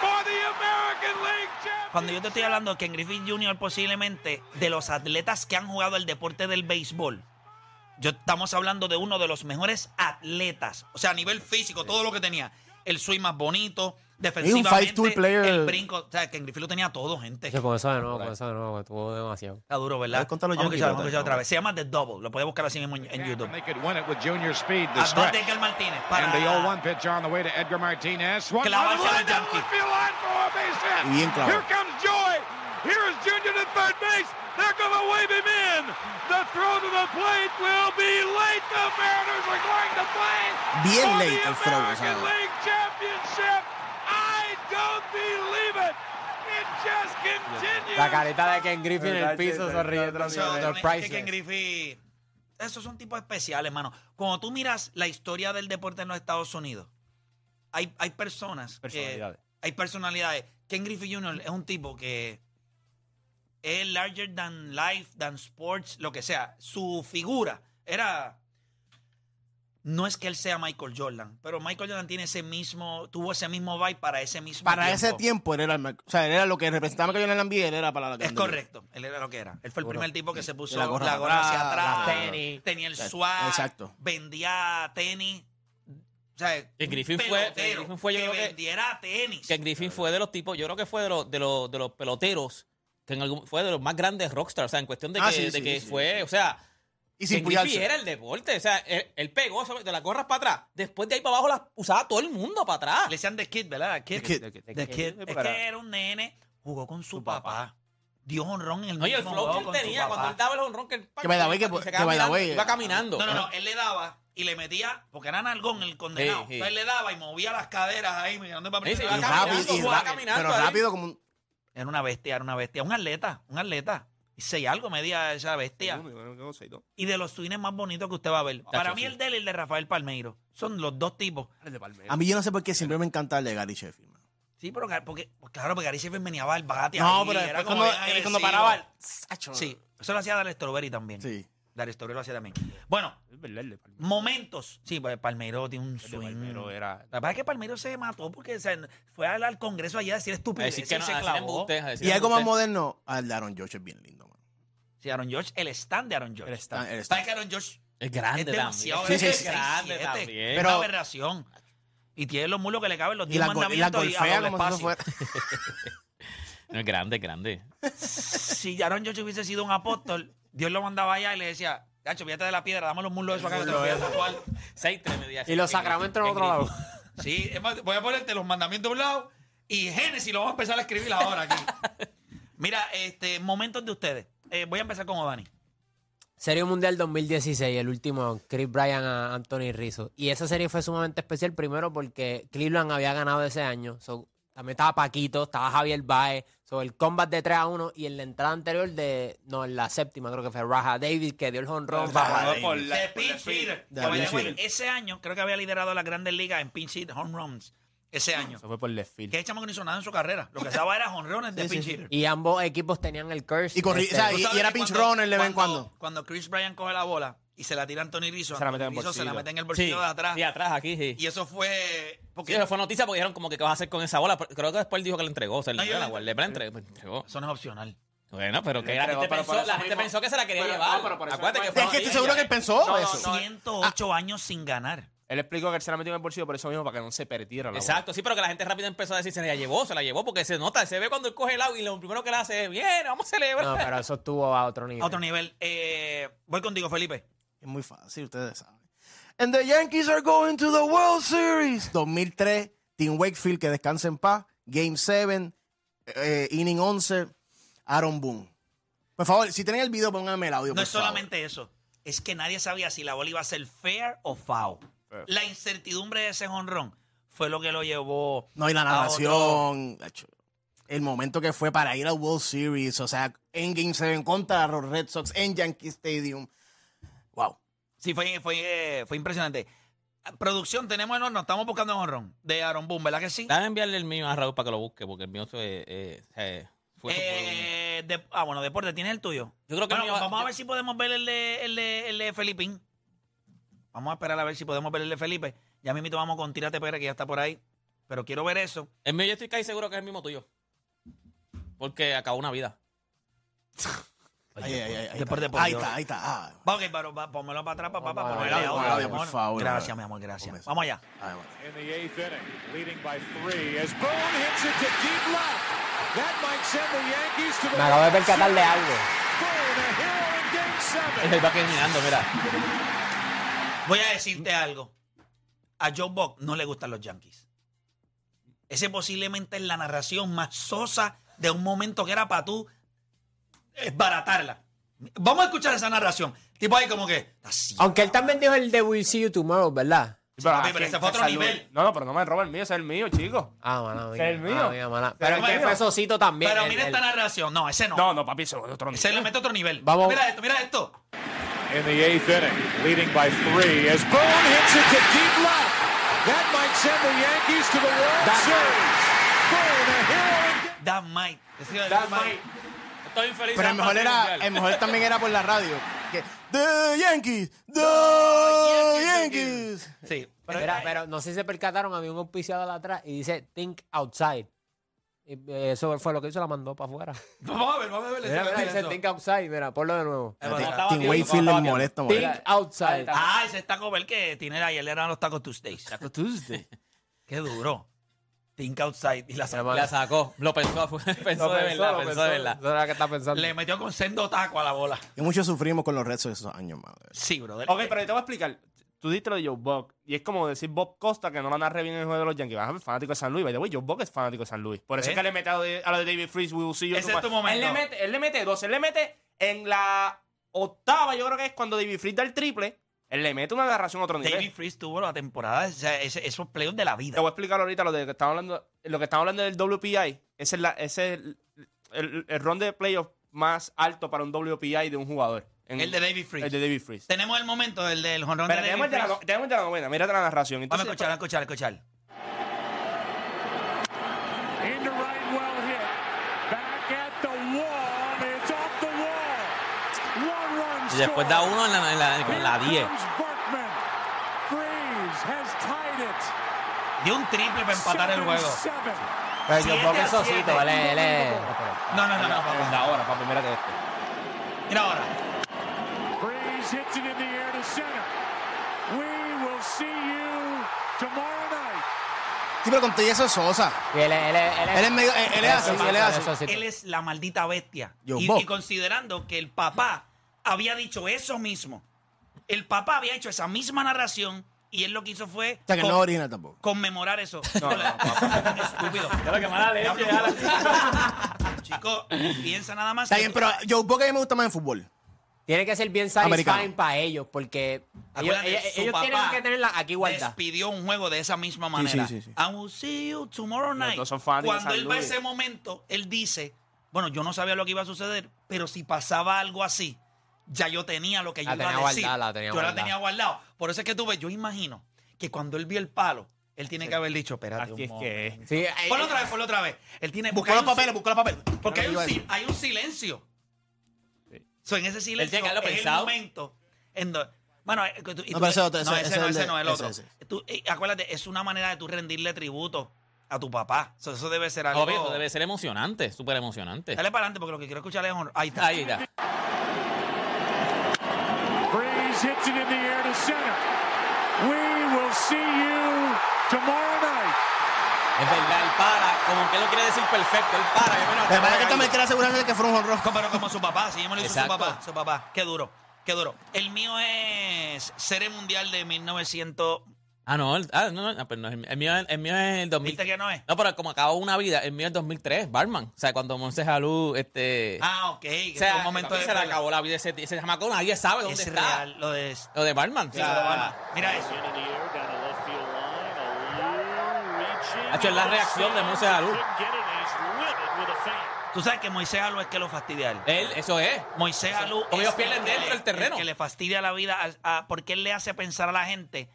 Speaker 9: for the American League champion.
Speaker 1: Cuando yo te estoy hablando de Ken Griffith Jr. posiblemente de los atletas que han jugado el deporte del béisbol, yo estamos hablando de uno de los mejores atletas, o sea, a nivel físico, todo lo que tenía, el swing más bonito, defensivamente,
Speaker 3: five-tool player.
Speaker 1: el brinco, o sea, Ken Griffith lo tenía todo, gente.
Speaker 7: Che, con eso de nuevo, con eso de nuevo, que estuvo demasiado.
Speaker 1: Está duro, ¿verdad?
Speaker 3: Puedes contar los
Speaker 1: Vamos a
Speaker 3: Yankees,
Speaker 1: escuchar, vamos a
Speaker 3: pero
Speaker 1: escuchar
Speaker 3: está-
Speaker 1: otra vez. Se llama The Double, lo podemos buscar así mismo en, en YouTube.
Speaker 9: And they could win it with junior speed this
Speaker 1: Además
Speaker 9: stretch.
Speaker 1: de Edgar Martínez
Speaker 9: And the 0 1
Speaker 1: para
Speaker 9: pitch on the way to Edgar Martinez. Swung on
Speaker 1: Clavarse a
Speaker 9: the line
Speaker 1: los
Speaker 9: down the
Speaker 1: Yankees.
Speaker 9: left field line for a base hit.
Speaker 3: Y bien clavado.
Speaker 9: Here comes Joy. Here is Junior to third base. They're going to wave him in. The throw to the plate will be late. The Mariners are going to play
Speaker 3: Bien
Speaker 9: for
Speaker 3: late
Speaker 9: the
Speaker 3: el throw, o sea.
Speaker 9: American League Championship. I don't believe it. It just continues.
Speaker 7: La careta de Ken Griffin en el piso sonriendo.
Speaker 1: Eso,
Speaker 7: mirando el
Speaker 1: es que Ken
Speaker 7: priceless.
Speaker 1: Griffith, esos son tipos especiales, hermano. Cuando tú miras la historia del deporte en los Estados Unidos, hay, hay
Speaker 2: Eh,
Speaker 1: personas, que,
Speaker 4: Personalidades.
Speaker 1: hay personalidades. Ken Griffith Jr. es un tipo que es larger than life, than sports, lo que sea. Su figura era... No es que él sea Michael Jordan, pero Michael Jordan tiene ese mismo, tuvo ese mismo vibe para ese mismo
Speaker 3: para ese tiempo él era, el, Mike- o sea, él era lo que representaba que yo en el NBA, él era para la
Speaker 1: Es
Speaker 3: grande liga.
Speaker 1: correcto, él era lo que era. Él fue el
Speaker 7: Seguro.
Speaker 1: primer tipo que se puso la
Speaker 3: la
Speaker 1: gorra,
Speaker 3: gorra
Speaker 1: hacia
Speaker 3: dorada,
Speaker 1: atrás,
Speaker 3: las
Speaker 7: tenis.
Speaker 1: tenía el
Speaker 3: Exacto,
Speaker 1: swag,
Speaker 3: exacto.
Speaker 1: vendía tenis. O sea,
Speaker 2: Que Griffin
Speaker 1: un
Speaker 2: fue- que
Speaker 1: pelotero
Speaker 2: Griffin fue, yo
Speaker 1: que
Speaker 2: creo que-
Speaker 1: vendiera tenis.
Speaker 2: Que Griffin fue de los tipos, yo creo que fue de los, de los, de los peloteros, que en algún, fue de los más grandes rockstars. O sea, en cuestión de que,
Speaker 3: Ah, sí,
Speaker 2: de
Speaker 3: sí,
Speaker 2: que
Speaker 3: sí,
Speaker 2: fue, o sea,
Speaker 3: Y
Speaker 2: Ken
Speaker 3: sin
Speaker 2: Griffey
Speaker 3: puyarse.
Speaker 2: era el deporte. O sea, él, él pegó eso de las gorras para atrás. Después de ahí para abajo las usaba todo el mundo para atrás.
Speaker 1: Le decían The Kid, ¿verdad? The Kid.
Speaker 3: Kid.
Speaker 1: The Kid. Es que era un nene Jugó con su, papá. Dio honrón en el
Speaker 2: No, y el
Speaker 1: mismo
Speaker 2: flow
Speaker 1: juego
Speaker 2: que él
Speaker 1: con su
Speaker 2: tenía cuando
Speaker 1: papá.
Speaker 2: él daba el honrón que él
Speaker 3: Que by the way, que-
Speaker 2: y se
Speaker 3: que
Speaker 2: quedaba
Speaker 3: by the
Speaker 2: mirando,
Speaker 3: way-
Speaker 2: iba caminando.
Speaker 1: No, no, no. Él le daba y le metía, porque era nalgón el condenado.
Speaker 2: ¿Eh? Sí, sí.
Speaker 1: Entonces él le daba y movía las caderas ahí, mirando para
Speaker 2: Sí, sí,
Speaker 3: Y
Speaker 2: iba
Speaker 1: lado.
Speaker 3: rápido, y
Speaker 2: caminando, va
Speaker 3: ra-
Speaker 2: caminando
Speaker 3: pero
Speaker 2: ahí.
Speaker 3: rápido como un...
Speaker 1: Era una bestia, era una bestia. Un atleta, un atleta. Y seis algo medía esa bestia.
Speaker 4: Uno, yo creo que dos, seis, dos.
Speaker 1: Y de los twines más bonitos que usted va a ver. Para mí, el de él y el de Rafael Palmeiro. Son los dos tipos.
Speaker 3: A mí yo no sé por qué siempre me encanta el de Gary Sheffield. man.
Speaker 1: Sí, pero Gar- porque, pues claro, porque Gary Sheffield venía al bate.
Speaker 3: No,
Speaker 1: ahí,
Speaker 3: pero
Speaker 1: era
Speaker 3: después
Speaker 1: como
Speaker 3: cuando,
Speaker 1: bien
Speaker 3: eh, cuando
Speaker 1: agresivo.
Speaker 3: paraba... el- Sacho.
Speaker 1: Sí, eso lo hacía Dar Strawberry también. Sí.
Speaker 3: Sí.
Speaker 1: Dar Strawberry lo hacía también. Bueno,
Speaker 4: Es verdad, el de Palmero.
Speaker 1: momentos. Sí, pues Palmeiro tiene un
Speaker 4: El de
Speaker 1: swing.
Speaker 4: Palmero era.
Speaker 1: La verdad es que Palmiro se mató porque o sea, fue al, al Congreso allá a decir
Speaker 2: A
Speaker 1: estupidez
Speaker 2: decir que
Speaker 1: y
Speaker 2: no,
Speaker 1: se
Speaker 2: a decir
Speaker 1: clavó.
Speaker 2: embuste, a decir
Speaker 3: Y algo más
Speaker 2: embuste.
Speaker 3: moderno, al de Aaron George es bien lindo, man.
Speaker 1: Sí, Aaron George, el stand de Aaron George.
Speaker 4: Él está.
Speaker 3: El-
Speaker 1: ¿Sabes que Aaron George
Speaker 2: Es
Speaker 1: es
Speaker 2: grande
Speaker 1: demasiado
Speaker 2: también.
Speaker 1: grande?
Speaker 3: Sí, sí, sí.
Speaker 2: Es grande
Speaker 1: 6'7".
Speaker 2: también.
Speaker 1: Es
Speaker 3: Pero-
Speaker 1: una aberración. Y tiene los mulos que le caben los
Speaker 3: Y
Speaker 1: 10
Speaker 3: la, gol- y la
Speaker 1: mandamientos y, a
Speaker 3: golfea
Speaker 1: doble
Speaker 3: como si eso
Speaker 1: espacio.
Speaker 3: fuera...
Speaker 2: No, es grande, es grande.
Speaker 1: Si Aaron George hubiese sido un apóstol, Dios lo mandaba allá y le decía, gacho, fíjate de la piedra, dame los mulos de eso acá que te los voy a tatuar".
Speaker 2: 6, 3, media.
Speaker 7: Y los sacramentos en otro lado.
Speaker 1: Sí, es más, voy a ponerte los mandamientos de un lado y Génesis lo vamos a empezar a escribir ahora aquí. Mira, este, momentos de ustedes. Eh, voy a empezar con Odani.
Speaker 7: Serie Mundial 2016, el último, Chris Bryan a Anthony Rizzo. Y esa serie fue sumamente especial, primero porque Cleveland había ganado ese año. so, también estaba Paquito, estaba Javier Baez. So, el combat de 3 a 1 y en la entrada anterior de, no, en la séptima creo que fue Raja Davis que dio el honrón.
Speaker 3: Raja
Speaker 4: Por
Speaker 3: Davis.
Speaker 4: la-
Speaker 1: De
Speaker 4: por la
Speaker 1: pinch hitter.
Speaker 3: De
Speaker 1: Que, by the
Speaker 3: pinch
Speaker 1: way,
Speaker 3: hitter.
Speaker 1: Ese año creo que había liderado las grandes ligas en pinch hit home runs. Ese año.
Speaker 4: Eso fue por left field.
Speaker 1: Que el chamaco no hizo nada en su carrera. Lo que estaba era home runs de
Speaker 3: Sí, sí,
Speaker 1: pinch
Speaker 3: sí.
Speaker 1: hitter.
Speaker 7: Y ambos equipos tenían el curse.
Speaker 3: Y corri-
Speaker 7: este,
Speaker 3: o sea,
Speaker 1: Tú
Speaker 3: y-
Speaker 1: sabes
Speaker 3: era
Speaker 1: que
Speaker 3: pinch
Speaker 1: cuando-
Speaker 3: runner de vez en cuando.
Speaker 1: Cuando Chris Bryan coge la bola y se la tira a Anthony Rizzo,
Speaker 4: Se la mete en
Speaker 1: Anthony
Speaker 4: el
Speaker 1: Rizzo se la
Speaker 4: bolsillo.
Speaker 1: mete en el
Speaker 2: Sí,
Speaker 1: bolsillo de atrás.
Speaker 2: sí, atrás, aquí, sí.
Speaker 1: Y eso fue.
Speaker 2: Sí,
Speaker 1: Porque
Speaker 2: eso fue noticia porque dijeron como que qué vas a hacer con esa bola. Pero Creo que después él dijo que la entregó. O sea,
Speaker 1: No,
Speaker 2: la
Speaker 1: yo
Speaker 2: la
Speaker 1: la-
Speaker 2: guardé, pero la entregó. la entregó.
Speaker 1: eso no es opcional.
Speaker 2: Bueno, pero que la
Speaker 4: entregó,
Speaker 2: gente
Speaker 4: pero por
Speaker 2: pensó,
Speaker 4: eso
Speaker 2: la gente
Speaker 4: mismo-
Speaker 2: pensó que se la quería
Speaker 4: Pero-
Speaker 2: llevar.
Speaker 4: no, pero por eso
Speaker 2: Acuérdate que
Speaker 4: mismo-
Speaker 2: fue
Speaker 3: Es que estoy
Speaker 2: noticia.
Speaker 3: seguro que él pensó
Speaker 4: No, no,
Speaker 3: eso. Ah.
Speaker 4: no.
Speaker 1: 108 años sin ganar.
Speaker 4: Él explicó que él se la metió en el bolsillo por eso mismo, para que no se perdiera la
Speaker 2: Exacto, sí, pero que la gente rápido empezó a decir, se la llevó, se la llevó, porque se nota, se ve cuando él coge el agua y lo primero que le hace es, bien, vamos a celebrar.
Speaker 7: No, pero eso estuvo a otro nivel.
Speaker 1: A otro nivel. Eh, voy contigo, Felipe.
Speaker 3: Es muy fácil, ustedes saben. And the Yankees are going to the World Series. 2003, Tim Wakefield, que descanse en paz. Game 7, eh, Inning 11, Aaron Boone. Por favor, si tienen el video, pónganme el audio.
Speaker 1: No
Speaker 3: por
Speaker 1: es
Speaker 3: favor.
Speaker 1: solamente eso. Es que nadie sabía si la bola iba a ser fair o foul. La incertidumbre de ese jonrón fue lo que lo llevó.
Speaker 3: No, y la
Speaker 1: a
Speaker 3: narración. acho, El momento que fue para ir al World Series, o sea, en Game 7 contra los Red Sox en Yankee Stadium. Wow.
Speaker 1: Sí, fue, fue, eh, fue impresionante. Ah, Producción, tenemos no, no estamos buscando un honrón de Aaron Boone, ¿verdad que sí?
Speaker 2: Dame enviarle el mío a Raúl para que lo busque, porque el mío fue... eh, eh, fue
Speaker 1: Eh, de- ah, bueno, deporte, ¿tienes el tuyo?
Speaker 2: Yo creo que el
Speaker 1: Bueno,
Speaker 2: mío va-
Speaker 1: vamos a
Speaker 2: yo-
Speaker 1: ver si podemos ver el de, el, de, el de Felipín. Vamos a esperar a ver si podemos ver el de Felipe. Ya mismito vamos con Tírate Pérez, que ya está por ahí. Pero quiero ver eso.
Speaker 2: el mío yo estoy casi seguro que es el mismo tuyo. Porque acabó una vida.
Speaker 3: Ahí,
Speaker 2: pues,
Speaker 3: ahí, ahí, ahí
Speaker 1: Deporte,
Speaker 3: está.
Speaker 1: por
Speaker 3: ahí
Speaker 1: Dios.
Speaker 3: está, ahí está. Ah,
Speaker 1: Va, Ok, pero va, pónmelo para atrás, papá, para
Speaker 7: Vamos a ver,
Speaker 1: ponerle
Speaker 7: vamos a
Speaker 1: audio,
Speaker 7: ver,
Speaker 1: mi
Speaker 3: por
Speaker 1: amor.
Speaker 3: favor.
Speaker 1: Gracias, mi amor, gracias.
Speaker 3: Vamos.
Speaker 1: Vamos allá.
Speaker 3: ahí
Speaker 2: Ah,
Speaker 3: va.
Speaker 10: in the eighth inning, leading by three as Boone hits it to deep left. That might send the Yankees to the
Speaker 7: Me acabo de
Speaker 10: World
Speaker 7: percatar de
Speaker 10: Series.
Speaker 7: algo.
Speaker 10: Boone, a hero in game seven.
Speaker 2: Es el va caminando, mira.
Speaker 1: Voy a decirte algo. A Joe Buck no le gustan los Yankees. Ese posiblemente es la narración más sosa de un momento que era para tú baratarla. Vamos a escuchar esa narración. Tipo ahí como que... Así,
Speaker 7: Aunque él también dijo el de We'll See You Tomorrow, ¿verdad?
Speaker 4: Sí,
Speaker 1: Papi,
Speaker 4: es
Speaker 1: pero
Speaker 4: que
Speaker 1: ese fue otro
Speaker 4: esa luz-
Speaker 1: nivel.
Speaker 4: No, no, pero no me roba el mío, ese es el mío, chico.
Speaker 7: Ah, mala mía.
Speaker 4: El mío.
Speaker 7: mala mía, mala- Pero
Speaker 4: El
Speaker 7: que
Speaker 4: mío.
Speaker 7: fue Sosito también.
Speaker 1: Pero
Speaker 7: el-
Speaker 1: mira
Speaker 7: el-
Speaker 1: esta narración. No, ese no.
Speaker 4: No, no, papi, eso es otro nivel.
Speaker 1: Ese le mete otro nivel.
Speaker 7: Vamos.
Speaker 1: Mira esto, mira esto.
Speaker 10: In the eighth inning, leading by three as Boone hits it to deep left. That might send the Yankees to the World Series. Boone, a hero in game-
Speaker 1: That might.
Speaker 4: That might.
Speaker 2: Estoy infeliz.
Speaker 3: Pero el
Speaker 2: ambas
Speaker 3: mejor era,
Speaker 2: mundial.
Speaker 3: el mejor también era por la radio. Que, The Yankees, The Yankees.
Speaker 1: Sí. eh,
Speaker 7: Pero, Mira, pero no sé si se percataron, había un auspiciador atrás y dice Think Outside. Y, eh, Eso fue lo que hizo, la mandó para afuera.
Speaker 1: Vamos a ver, vamos a ver.
Speaker 7: Mira, mira, dice Think Outside, mira, ponlo de nuevo.
Speaker 1: Eh, bueno,
Speaker 2: estaba
Speaker 3: Tim
Speaker 2: viendo,
Speaker 3: Wakefield le
Speaker 2: estaba viendo.
Speaker 3: molesta,
Speaker 7: Think
Speaker 3: molesta.
Speaker 7: Outside.
Speaker 1: Ah, ese taco Bell que tiene ayer eran los tacos Tuesdays. Taco Tuesday. Qué duro. Think outside. Y la sacó.
Speaker 2: La sacó. Lo pensó, afuera, pensó de
Speaker 4: pensó,
Speaker 2: verdad,
Speaker 4: lo
Speaker 2: pensó de verdad.
Speaker 7: Eso era lo que está pensando.
Speaker 1: Le metió con sendo taco a la bola.
Speaker 3: Y muchos sufrimos con los Red Sox esos años, madre.
Speaker 1: Sí, brother.
Speaker 4: Ok, pero yo te voy a explicar. Tú diste lo de Joe Buck. Y es como decir Bob Costa que no la narre bien en el juego de los Yankees. Vas a ver, fanático de San Luis. By the way, Joe Buck es fanático de San Luis. Por eso
Speaker 1: ¿Ves?
Speaker 4: es que le mete a, a lo de David Freeze, We Will See You.
Speaker 1: Ese es tu
Speaker 4: Él
Speaker 1: momento.
Speaker 4: le, mete, él le mete dos. Él le mete en la octava, yo creo que es cuando David Freeze da el triple. Él le mete una agarración a otro nivel.
Speaker 1: David Freeze tuvo la temporada, o sea, ese- esos playoffs de la
Speaker 4: Te
Speaker 1: vida.
Speaker 4: voy a explicar ahorita lo de que estamos hablando, lo que estamos hablando del WPI. Ese es, la, ese es el, el, el round de playoff más alto para un WPI de un jugador. En-
Speaker 1: El de David Freeze.
Speaker 4: El de David Freeze.
Speaker 1: Tenemos el momento, el del jonrón de
Speaker 4: Pero tenemos
Speaker 1: David
Speaker 4: el de la, no-
Speaker 1: Freeze.
Speaker 4: tenemos el de la novena, mírate la narración.
Speaker 1: Vamos a escuchar,
Speaker 4: Entonces,
Speaker 1: vamos a escuchar, vamos a escuchar.
Speaker 10: Into right, well hit. Back at the wall. and It's off the wall. One run
Speaker 2: Y después da uno en la, en la- en la 10.
Speaker 10: Comes Berkman. Freeze has tied it.
Speaker 1: Dio un triple para empatar el juego.
Speaker 10: Seven.
Speaker 7: Pero yo
Speaker 1: Siete
Speaker 7: creo que
Speaker 1: a
Speaker 7: es
Speaker 1: siete.
Speaker 7: Sosito, él es- él es-
Speaker 1: No, no, no, no,
Speaker 4: el de
Speaker 1: papá.
Speaker 4: ahora, papi, mírate este.
Speaker 1: Mira ahora.
Speaker 10: Freeze hits it in the air to center. We will see you tomorrow night.
Speaker 3: Sí, pero con eso es Sosa.
Speaker 7: y él es- él es- él es-
Speaker 3: Él es medio- él- él es así, él es así.
Speaker 7: Sosito.
Speaker 1: Él es la maldita bestia.
Speaker 3: Yo,
Speaker 1: Y,
Speaker 3: Bob.
Speaker 1: y considerando que el papá había dicho eso mismo, el papá había hecho esa misma narración y él lo que hizo fue
Speaker 3: O sea, que
Speaker 1: con-
Speaker 3: no es original tampoco.
Speaker 1: conmemorar eso.
Speaker 4: No, no, no, papá.
Speaker 1: Estúpido.
Speaker 2: Pero que mala
Speaker 4: este,
Speaker 2: leche,
Speaker 1: Chico, piensa nada más.
Speaker 3: Está
Speaker 1: que-
Speaker 3: bien, pero Joe Buck a mí me gusta más en fútbol.
Speaker 7: Tiene que ser bien satisfying
Speaker 3: Americano.
Speaker 7: para ellos, porque ellos,
Speaker 1: Acuérdate,
Speaker 7: ellos-
Speaker 1: su
Speaker 7: ellos tienen
Speaker 1: papá
Speaker 7: que tener la, aquí igualdad.
Speaker 1: despidió un juego de esa misma manera.
Speaker 3: sí, sí, sí.
Speaker 1: I will see you tomorrow night.
Speaker 4: dos son fanáticos de
Speaker 1: Cuando
Speaker 4: San
Speaker 1: él va a
Speaker 4: Luis.
Speaker 1: ese momento, él dice, bueno, yo no sabía lo que iba a suceder, pero si pasaba algo así, ya yo tenía lo que yo
Speaker 7: La
Speaker 1: iba
Speaker 7: tenía
Speaker 1: a decir.
Speaker 7: guardada, la tenía
Speaker 1: yo la
Speaker 7: guardada.
Speaker 1: tenía guardado. Por eso es que tú ves, yo imagino que cuando él vio el palo, él tiene que haber dicho, espérate
Speaker 4: Aquí
Speaker 1: un
Speaker 4: es que es.
Speaker 7: Sí, eh,
Speaker 1: Ponlo otra vez, ponlo otra vez. Él tiene...
Speaker 3: Buscó los papeles, buscó los papeles.
Speaker 1: Porque hay
Speaker 3: Yo
Speaker 1: un,
Speaker 3: iba a
Speaker 1: sil-
Speaker 3: decir.
Speaker 1: hay un silencio. So, en ese silencio
Speaker 2: Él tiene que haberlo
Speaker 1: es
Speaker 2: pensado.
Speaker 1: el momento en do- Bueno, eh, que tú- y
Speaker 3: No,
Speaker 1: tú-
Speaker 3: pero ese otro,
Speaker 1: no,
Speaker 3: ese-
Speaker 1: ese
Speaker 3: ese
Speaker 1: no,
Speaker 3: es el
Speaker 1: ese
Speaker 3: de-
Speaker 1: no, el
Speaker 3: ese,
Speaker 1: otro.
Speaker 3: ese.
Speaker 1: Tú, eh, acuérdate, es una manera de tú rendirle tributo a tu papá. So, eso debe ser algo.
Speaker 2: Obvio, eso debe ser emocionante, súper emocionante.
Speaker 1: Dale para adelante porque lo que quiero escuchar es honor. Ahí está.
Speaker 2: Ahí está.
Speaker 10: Freeze hits it in the air to center. We will see you tomorrow night.
Speaker 2: Es verdad, él para, como que él lo quiere decir perfecto, él para. yo, bueno,
Speaker 3: Me parece que también quiere asegurarse de que fuera un jonrón.
Speaker 1: Co- Pero como su papá, si yo me lo hizo su
Speaker 2: Exacto.
Speaker 1: papá, su papá. Qué duro, qué duro. El mío es Serie Mundial de 1900.
Speaker 2: Ah, no, el, ah, no, no, pero no, el, mío, el mío es el 2000.
Speaker 1: ¿Viste que no es?
Speaker 2: No, pero como acabó una vida, el mío es 2003, Barman. O sea, cuando Monse Jalú, este...
Speaker 1: Ah, ok.
Speaker 2: o
Speaker 1: que
Speaker 2: sea,
Speaker 1: fue un momento
Speaker 2: también
Speaker 1: de-
Speaker 2: se le acabó la vida a ese, ese chamaco, nadie sabe dónde
Speaker 1: Es
Speaker 2: está.
Speaker 1: real, lo de.
Speaker 2: Lo de Barman.
Speaker 1: Sí, lo de Obama. Mira eso.
Speaker 2: Hacho, es la reacción de Monse Jalú.
Speaker 1: Tú sabes que Moisés Alú es que lo fastidia a él.
Speaker 2: Él, eso es.
Speaker 1: Moisés
Speaker 2: Eso-
Speaker 1: Alú.
Speaker 2: Ellos
Speaker 1: es
Speaker 2: pierden
Speaker 1: que
Speaker 2: dentro
Speaker 1: le-
Speaker 2: del terreno.
Speaker 1: el que le fastidia la vida a- a- porque él le hace pensar a la gente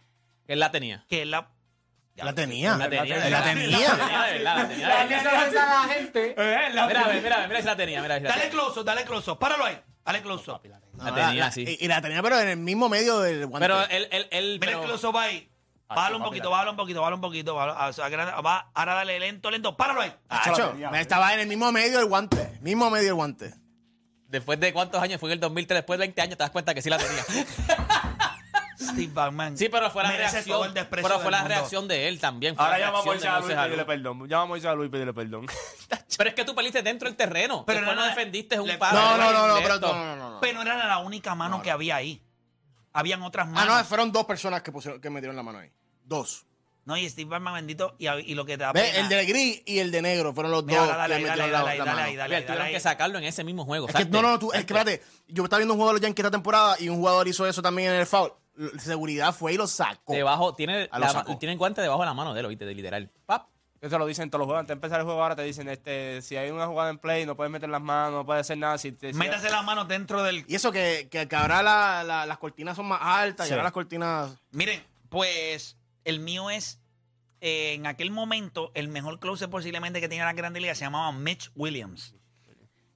Speaker 2: Él la tenía.
Speaker 1: que él la.
Speaker 3: La tenía.
Speaker 2: La tenía.
Speaker 3: Él La tenía.
Speaker 2: de verdad, la tenía.
Speaker 7: ¿Qué se le da a la gente?
Speaker 2: Mira, mira, mira, mira si la tenía, mira si la
Speaker 1: Dale
Speaker 2: tenía.
Speaker 1: close, dale close. Páralo ahí. Dale close.
Speaker 2: La tenía, sí.
Speaker 3: Y, y la tenía, pero en el mismo medio del guante.
Speaker 2: Pero él, él, él...
Speaker 1: Mira el
Speaker 2: pero-
Speaker 1: close va ahí. Bájalo un poquito, bájalo un poquito, bájalo un poquito. bájalo- ah, o sea, agranda- va, ahora dale lento, lento. Páralo ahí.
Speaker 3: Acho, Ah, estaba en el mismo medio del guante. Mismo medio del guante.
Speaker 2: Después de cuántos años, fue en el 2003, después de 20 años, te das cuenta que sí la tenía.
Speaker 1: Steve Batman.
Speaker 2: Sí, pero fue la
Speaker 1: merece todo el
Speaker 2: reacción.
Speaker 1: desprecio
Speaker 2: Pero fue
Speaker 1: del
Speaker 2: la
Speaker 1: mundo.
Speaker 2: reacción de él también. fue
Speaker 4: Ahora
Speaker 2: la
Speaker 4: llama a
Speaker 2: reacción
Speaker 4: Moisés
Speaker 2: de
Speaker 4: a Luis
Speaker 2: Moisés
Speaker 4: y pedirle
Speaker 2: Alú.
Speaker 4: perdón. Llama a Moisés a Luis y pedirle perdón.
Speaker 2: Pero es que tú perdiste dentro del terreno.
Speaker 1: Pero
Speaker 2: Pero Después
Speaker 1: no
Speaker 2: no,
Speaker 1: era-
Speaker 2: defendiste, es
Speaker 1: le-
Speaker 2: un padre.
Speaker 3: No, no, no, no,
Speaker 2: Directo.
Speaker 3: pero no, no, no, no.
Speaker 1: Pero era la única mano que había ahí. Habían otras
Speaker 3: Ah,
Speaker 1: manos.
Speaker 3: no, fueron dos personas que, pusieron, que metieron la mano ahí. Dos.
Speaker 1: No, y Steve Batman bendito. Y, y lo que te da
Speaker 3: ¿Ves?
Speaker 1: pena-
Speaker 3: El de gris y el de negro fueron los
Speaker 1: Mira,
Speaker 3: dos
Speaker 1: ahora dale,
Speaker 3: que
Speaker 1: ahí, dale,
Speaker 3: metieron
Speaker 1: ahí,
Speaker 3: la,
Speaker 1: dale, ahí,
Speaker 3: la
Speaker 1: dale,
Speaker 3: mano.
Speaker 1: ahí, dale,
Speaker 2: Mira,
Speaker 1: ahí,
Speaker 2: Tuvieron
Speaker 1: dale,
Speaker 2: que
Speaker 1: ahí.
Speaker 2: sacarlo en ese mismo juego.
Speaker 3: Es que,
Speaker 2: salte.
Speaker 3: no, no, tú, es que, espérate. Yo estaba viendo un juego de los Yankees esta temporada y un jugador hizo eso también en el foul. L- Seguridad fue y lo sacó.
Speaker 2: Debajo, tiene,
Speaker 3: Ah, lo
Speaker 2: la,
Speaker 3: sacó.
Speaker 2: tiene el guante debajo de la mano de él, oíste, de literal. Pap.
Speaker 4: Eso lo dicen todos los juegos. Antes de empezar el juego, ahora te dicen: este, si hay una jugada en play, no puedes meter las manos, no puedes hacer nada. Si te, si-
Speaker 1: Métase las manos dentro del
Speaker 3: Y eso que, que, que ahora la- la- las cortinas son más altas y ahora las cortinas...
Speaker 1: Miren, pues el mío es, eh, en aquel momento, el mejor closer posiblemente que tenía la Grande Liga se llamaba Mitch Williams.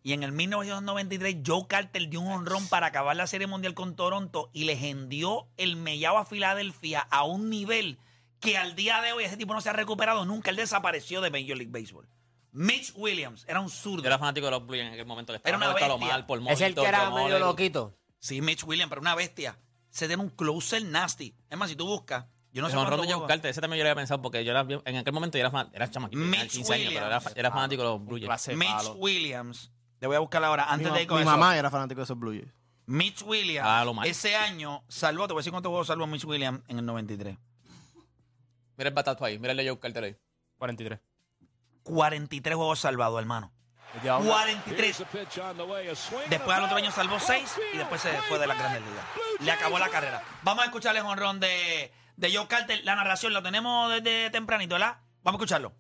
Speaker 1: Y en el 1993, Joe Carter dio un honrón para acabar la Serie Mundial con Toronto y le hendió el mellao a Filadelfia a un nivel que al día de hoy ese tipo no se ha recuperado nunca. Él desapareció de Major League Baseball. Mitch Williams era un
Speaker 2: Yo
Speaker 1: zurdo.
Speaker 2: era fanático de los Blue Jays en aquel momento que
Speaker 1: Era
Speaker 2: estaba
Speaker 1: una
Speaker 2: muerto a lo
Speaker 1: bestia.
Speaker 2: mal, por
Speaker 7: Es el
Speaker 2: Mojito,
Speaker 7: que era
Speaker 2: Joe
Speaker 7: medio
Speaker 2: Mauer.
Speaker 7: loquito.
Speaker 1: Sí, Mitch Williams, pero una bestia. Se tiene un closer nasty. Es más, si tú buscas, yo no
Speaker 2: El
Speaker 1: sé
Speaker 2: honrón
Speaker 1: cuánto
Speaker 2: de John
Speaker 1: juega.
Speaker 2: Carter, ese también yo lo había pensado porque yo era, bien- en aquel momento yo era, fan- era chamaquito, tenía
Speaker 1: Mitch
Speaker 2: 15 años, pero era, fa- era fanático de los Blue Jays.
Speaker 4: Clase de
Speaker 1: Mitch
Speaker 4: palo.
Speaker 1: Williams. Te voy a buscar ahora. Antes
Speaker 3: mi ma-
Speaker 1: de ir con
Speaker 3: mi
Speaker 1: eso.
Speaker 3: mamá era fanático de esos Blue Jays.
Speaker 1: Mitch Williams
Speaker 2: Ah, lo mal.
Speaker 1: ese año salvó, te voy a decir cuántos juegos salvó Mitch Williams en el 93.
Speaker 2: Mira el batato ahí, mira el layout cartel ahí.
Speaker 4: 43.
Speaker 1: 43 juegos salvados, hermano. 43. Después al otro año salvó 6 y después se fue de la Grandes Ligas. Le acabó la carrera. Vamos a escuchar el jonrón de, de Joe Carter. La narración la tenemos desde tempranito, ¿verdad? Vamos a escucharlo.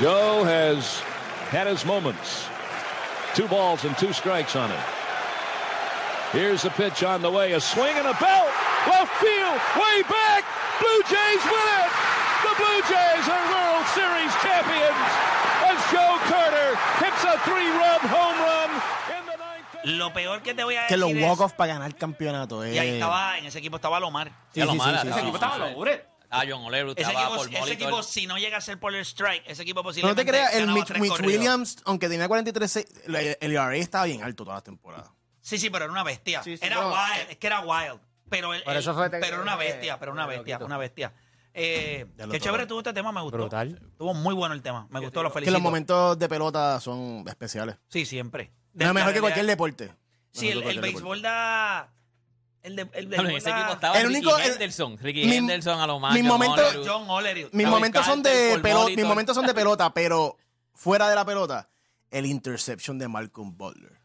Speaker 10: Joe has had his moments. Two balls and two strikes on him. Here's the pitch on the way. A swing and a belt. Left field. Way back. Blue Jays win it. The Blue Jays are World Series champions as Joe Carter hits a three-run home run. in the ninth.
Speaker 1: Lo peor que te voy a decir
Speaker 3: Que los
Speaker 1: es-
Speaker 3: walk-off para ganar el campeonato.
Speaker 1: Y ahí
Speaker 3: eh.
Speaker 1: estaba, en ese equipo estaba Lomar.
Speaker 3: Sí,
Speaker 2: Ya lo
Speaker 3: sí,
Speaker 2: mala,
Speaker 3: sí, sí,
Speaker 2: estaba
Speaker 3: sí.
Speaker 4: Equipo estaba
Speaker 2: Lomar.
Speaker 4: locura.
Speaker 2: Estaba John Oleru,
Speaker 1: Ese
Speaker 2: estaba
Speaker 1: equipo,
Speaker 2: Paul Molitor.
Speaker 1: ese equipo, si no llega a ser por el strike, ese equipo
Speaker 3: Pero no
Speaker 1: posiblemente
Speaker 3: te creas, el
Speaker 1: ganaba
Speaker 3: Mitch,
Speaker 1: tres
Speaker 3: Mitch
Speaker 1: corridos.
Speaker 3: Williams, aunque tenía 43, se- eh, el, el ERA estaba bien alto todas las temporadas.
Speaker 1: Sí, sí, pero era una bestia.
Speaker 3: Sí, sí,
Speaker 1: era
Speaker 3: no.
Speaker 1: wild, es que era wild. Pero, el-
Speaker 7: Por
Speaker 1: el-
Speaker 7: eso fue-
Speaker 1: pero era una
Speaker 7: eh,
Speaker 1: bestia, pero una
Speaker 7: eh,
Speaker 1: bestia,
Speaker 7: loquito.
Speaker 1: una bestia. Eh,
Speaker 3: Ya lo
Speaker 1: qué
Speaker 3: toco.
Speaker 1: chévere tuvo este tema, me gustó.
Speaker 7: Brutal.
Speaker 1: Estuvo muy bueno el tema, me gustó, lo
Speaker 3: Que
Speaker 1: felicito.
Speaker 3: los momentos de pelota son especiales.
Speaker 1: Sí, siempre.
Speaker 3: No es mejor que
Speaker 1: Realidad-
Speaker 3: cualquier deporte.
Speaker 1: Sí, el,
Speaker 3: Mejor que
Speaker 1: el
Speaker 3: cualquier
Speaker 1: béisbol
Speaker 3: deporte.
Speaker 1: da... El, de, el
Speaker 2: Diablo,
Speaker 1: béisbol
Speaker 2: en ese
Speaker 1: da-
Speaker 2: equipo estaba
Speaker 3: El
Speaker 2: Ricky
Speaker 3: único- el-
Speaker 2: Henderson. Ricky
Speaker 3: mi-
Speaker 2: Henderson a lo más.
Speaker 3: mi
Speaker 2: John
Speaker 3: momento-
Speaker 2: Oleru.
Speaker 1: John Olery.
Speaker 3: Mis
Speaker 2: David
Speaker 3: momentos son de
Speaker 2: Carter, Paul
Speaker 3: pelota,
Speaker 2: Molitor.
Speaker 3: mis momentos son de pelota, pero fuera de la pelota, el interception de Malcolm Butler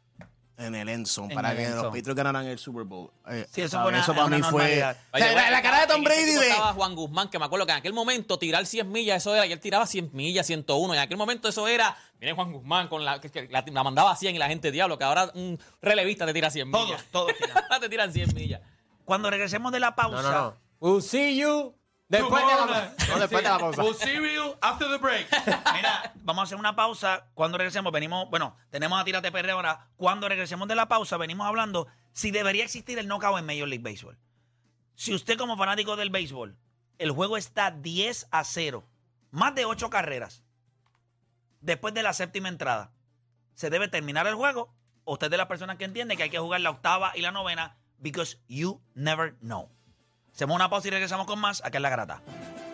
Speaker 3: en el Enson
Speaker 1: En
Speaker 3: para
Speaker 1: el
Speaker 3: que
Speaker 1: end
Speaker 3: los
Speaker 1: zone.
Speaker 3: Patriots ganaran el Super Bowl. Eh,
Speaker 1: Sí, eso
Speaker 3: ¿sabes?
Speaker 1: fue una-
Speaker 3: para
Speaker 1: una
Speaker 3: mí fue
Speaker 1: normalidad.
Speaker 3: O sea,
Speaker 2: Oye,
Speaker 3: la, la cara de Tom
Speaker 2: en ese
Speaker 3: Brady
Speaker 2: equipo
Speaker 3: de
Speaker 2: Estaba Juan Guzmán, que me acuerdo que en aquel momento tirar 100 millas, eso era, y él tiraba 100 millas, 101. Y en aquel momento eso era, mire Juan Guzmán, con la, que, que la, la mandaba a 100 y la gente, diablo, que ahora un relevista te tira 100 millas.
Speaker 1: Todos, todos. tiran.
Speaker 2: Ahora te tiran 100 millas.
Speaker 1: Cuando regresemos de la
Speaker 7: No,
Speaker 1: pausa...
Speaker 7: no, no. We'll see you después de la pausa. No, después de la pausa.
Speaker 1: We'll see you after the break. Mira, vamos a hacer una pausa. Cuando regresemos, venimos. Bueno, tenemos a Tírate Perre ahora. Cuando regresemos de la pausa, venimos hablando si debería existir el knockout en Major League Baseball. Si usted, como fanático del béisbol, el juego está 10 a 0, más de 8 carreras, después de la séptima entrada, ¿se debe terminar el juego? ¿O usted es de las personas que entiende que hay que jugar la octava y la novena? Because you never know. Hacemos una pausa y regresamos con más. Acá es la grata.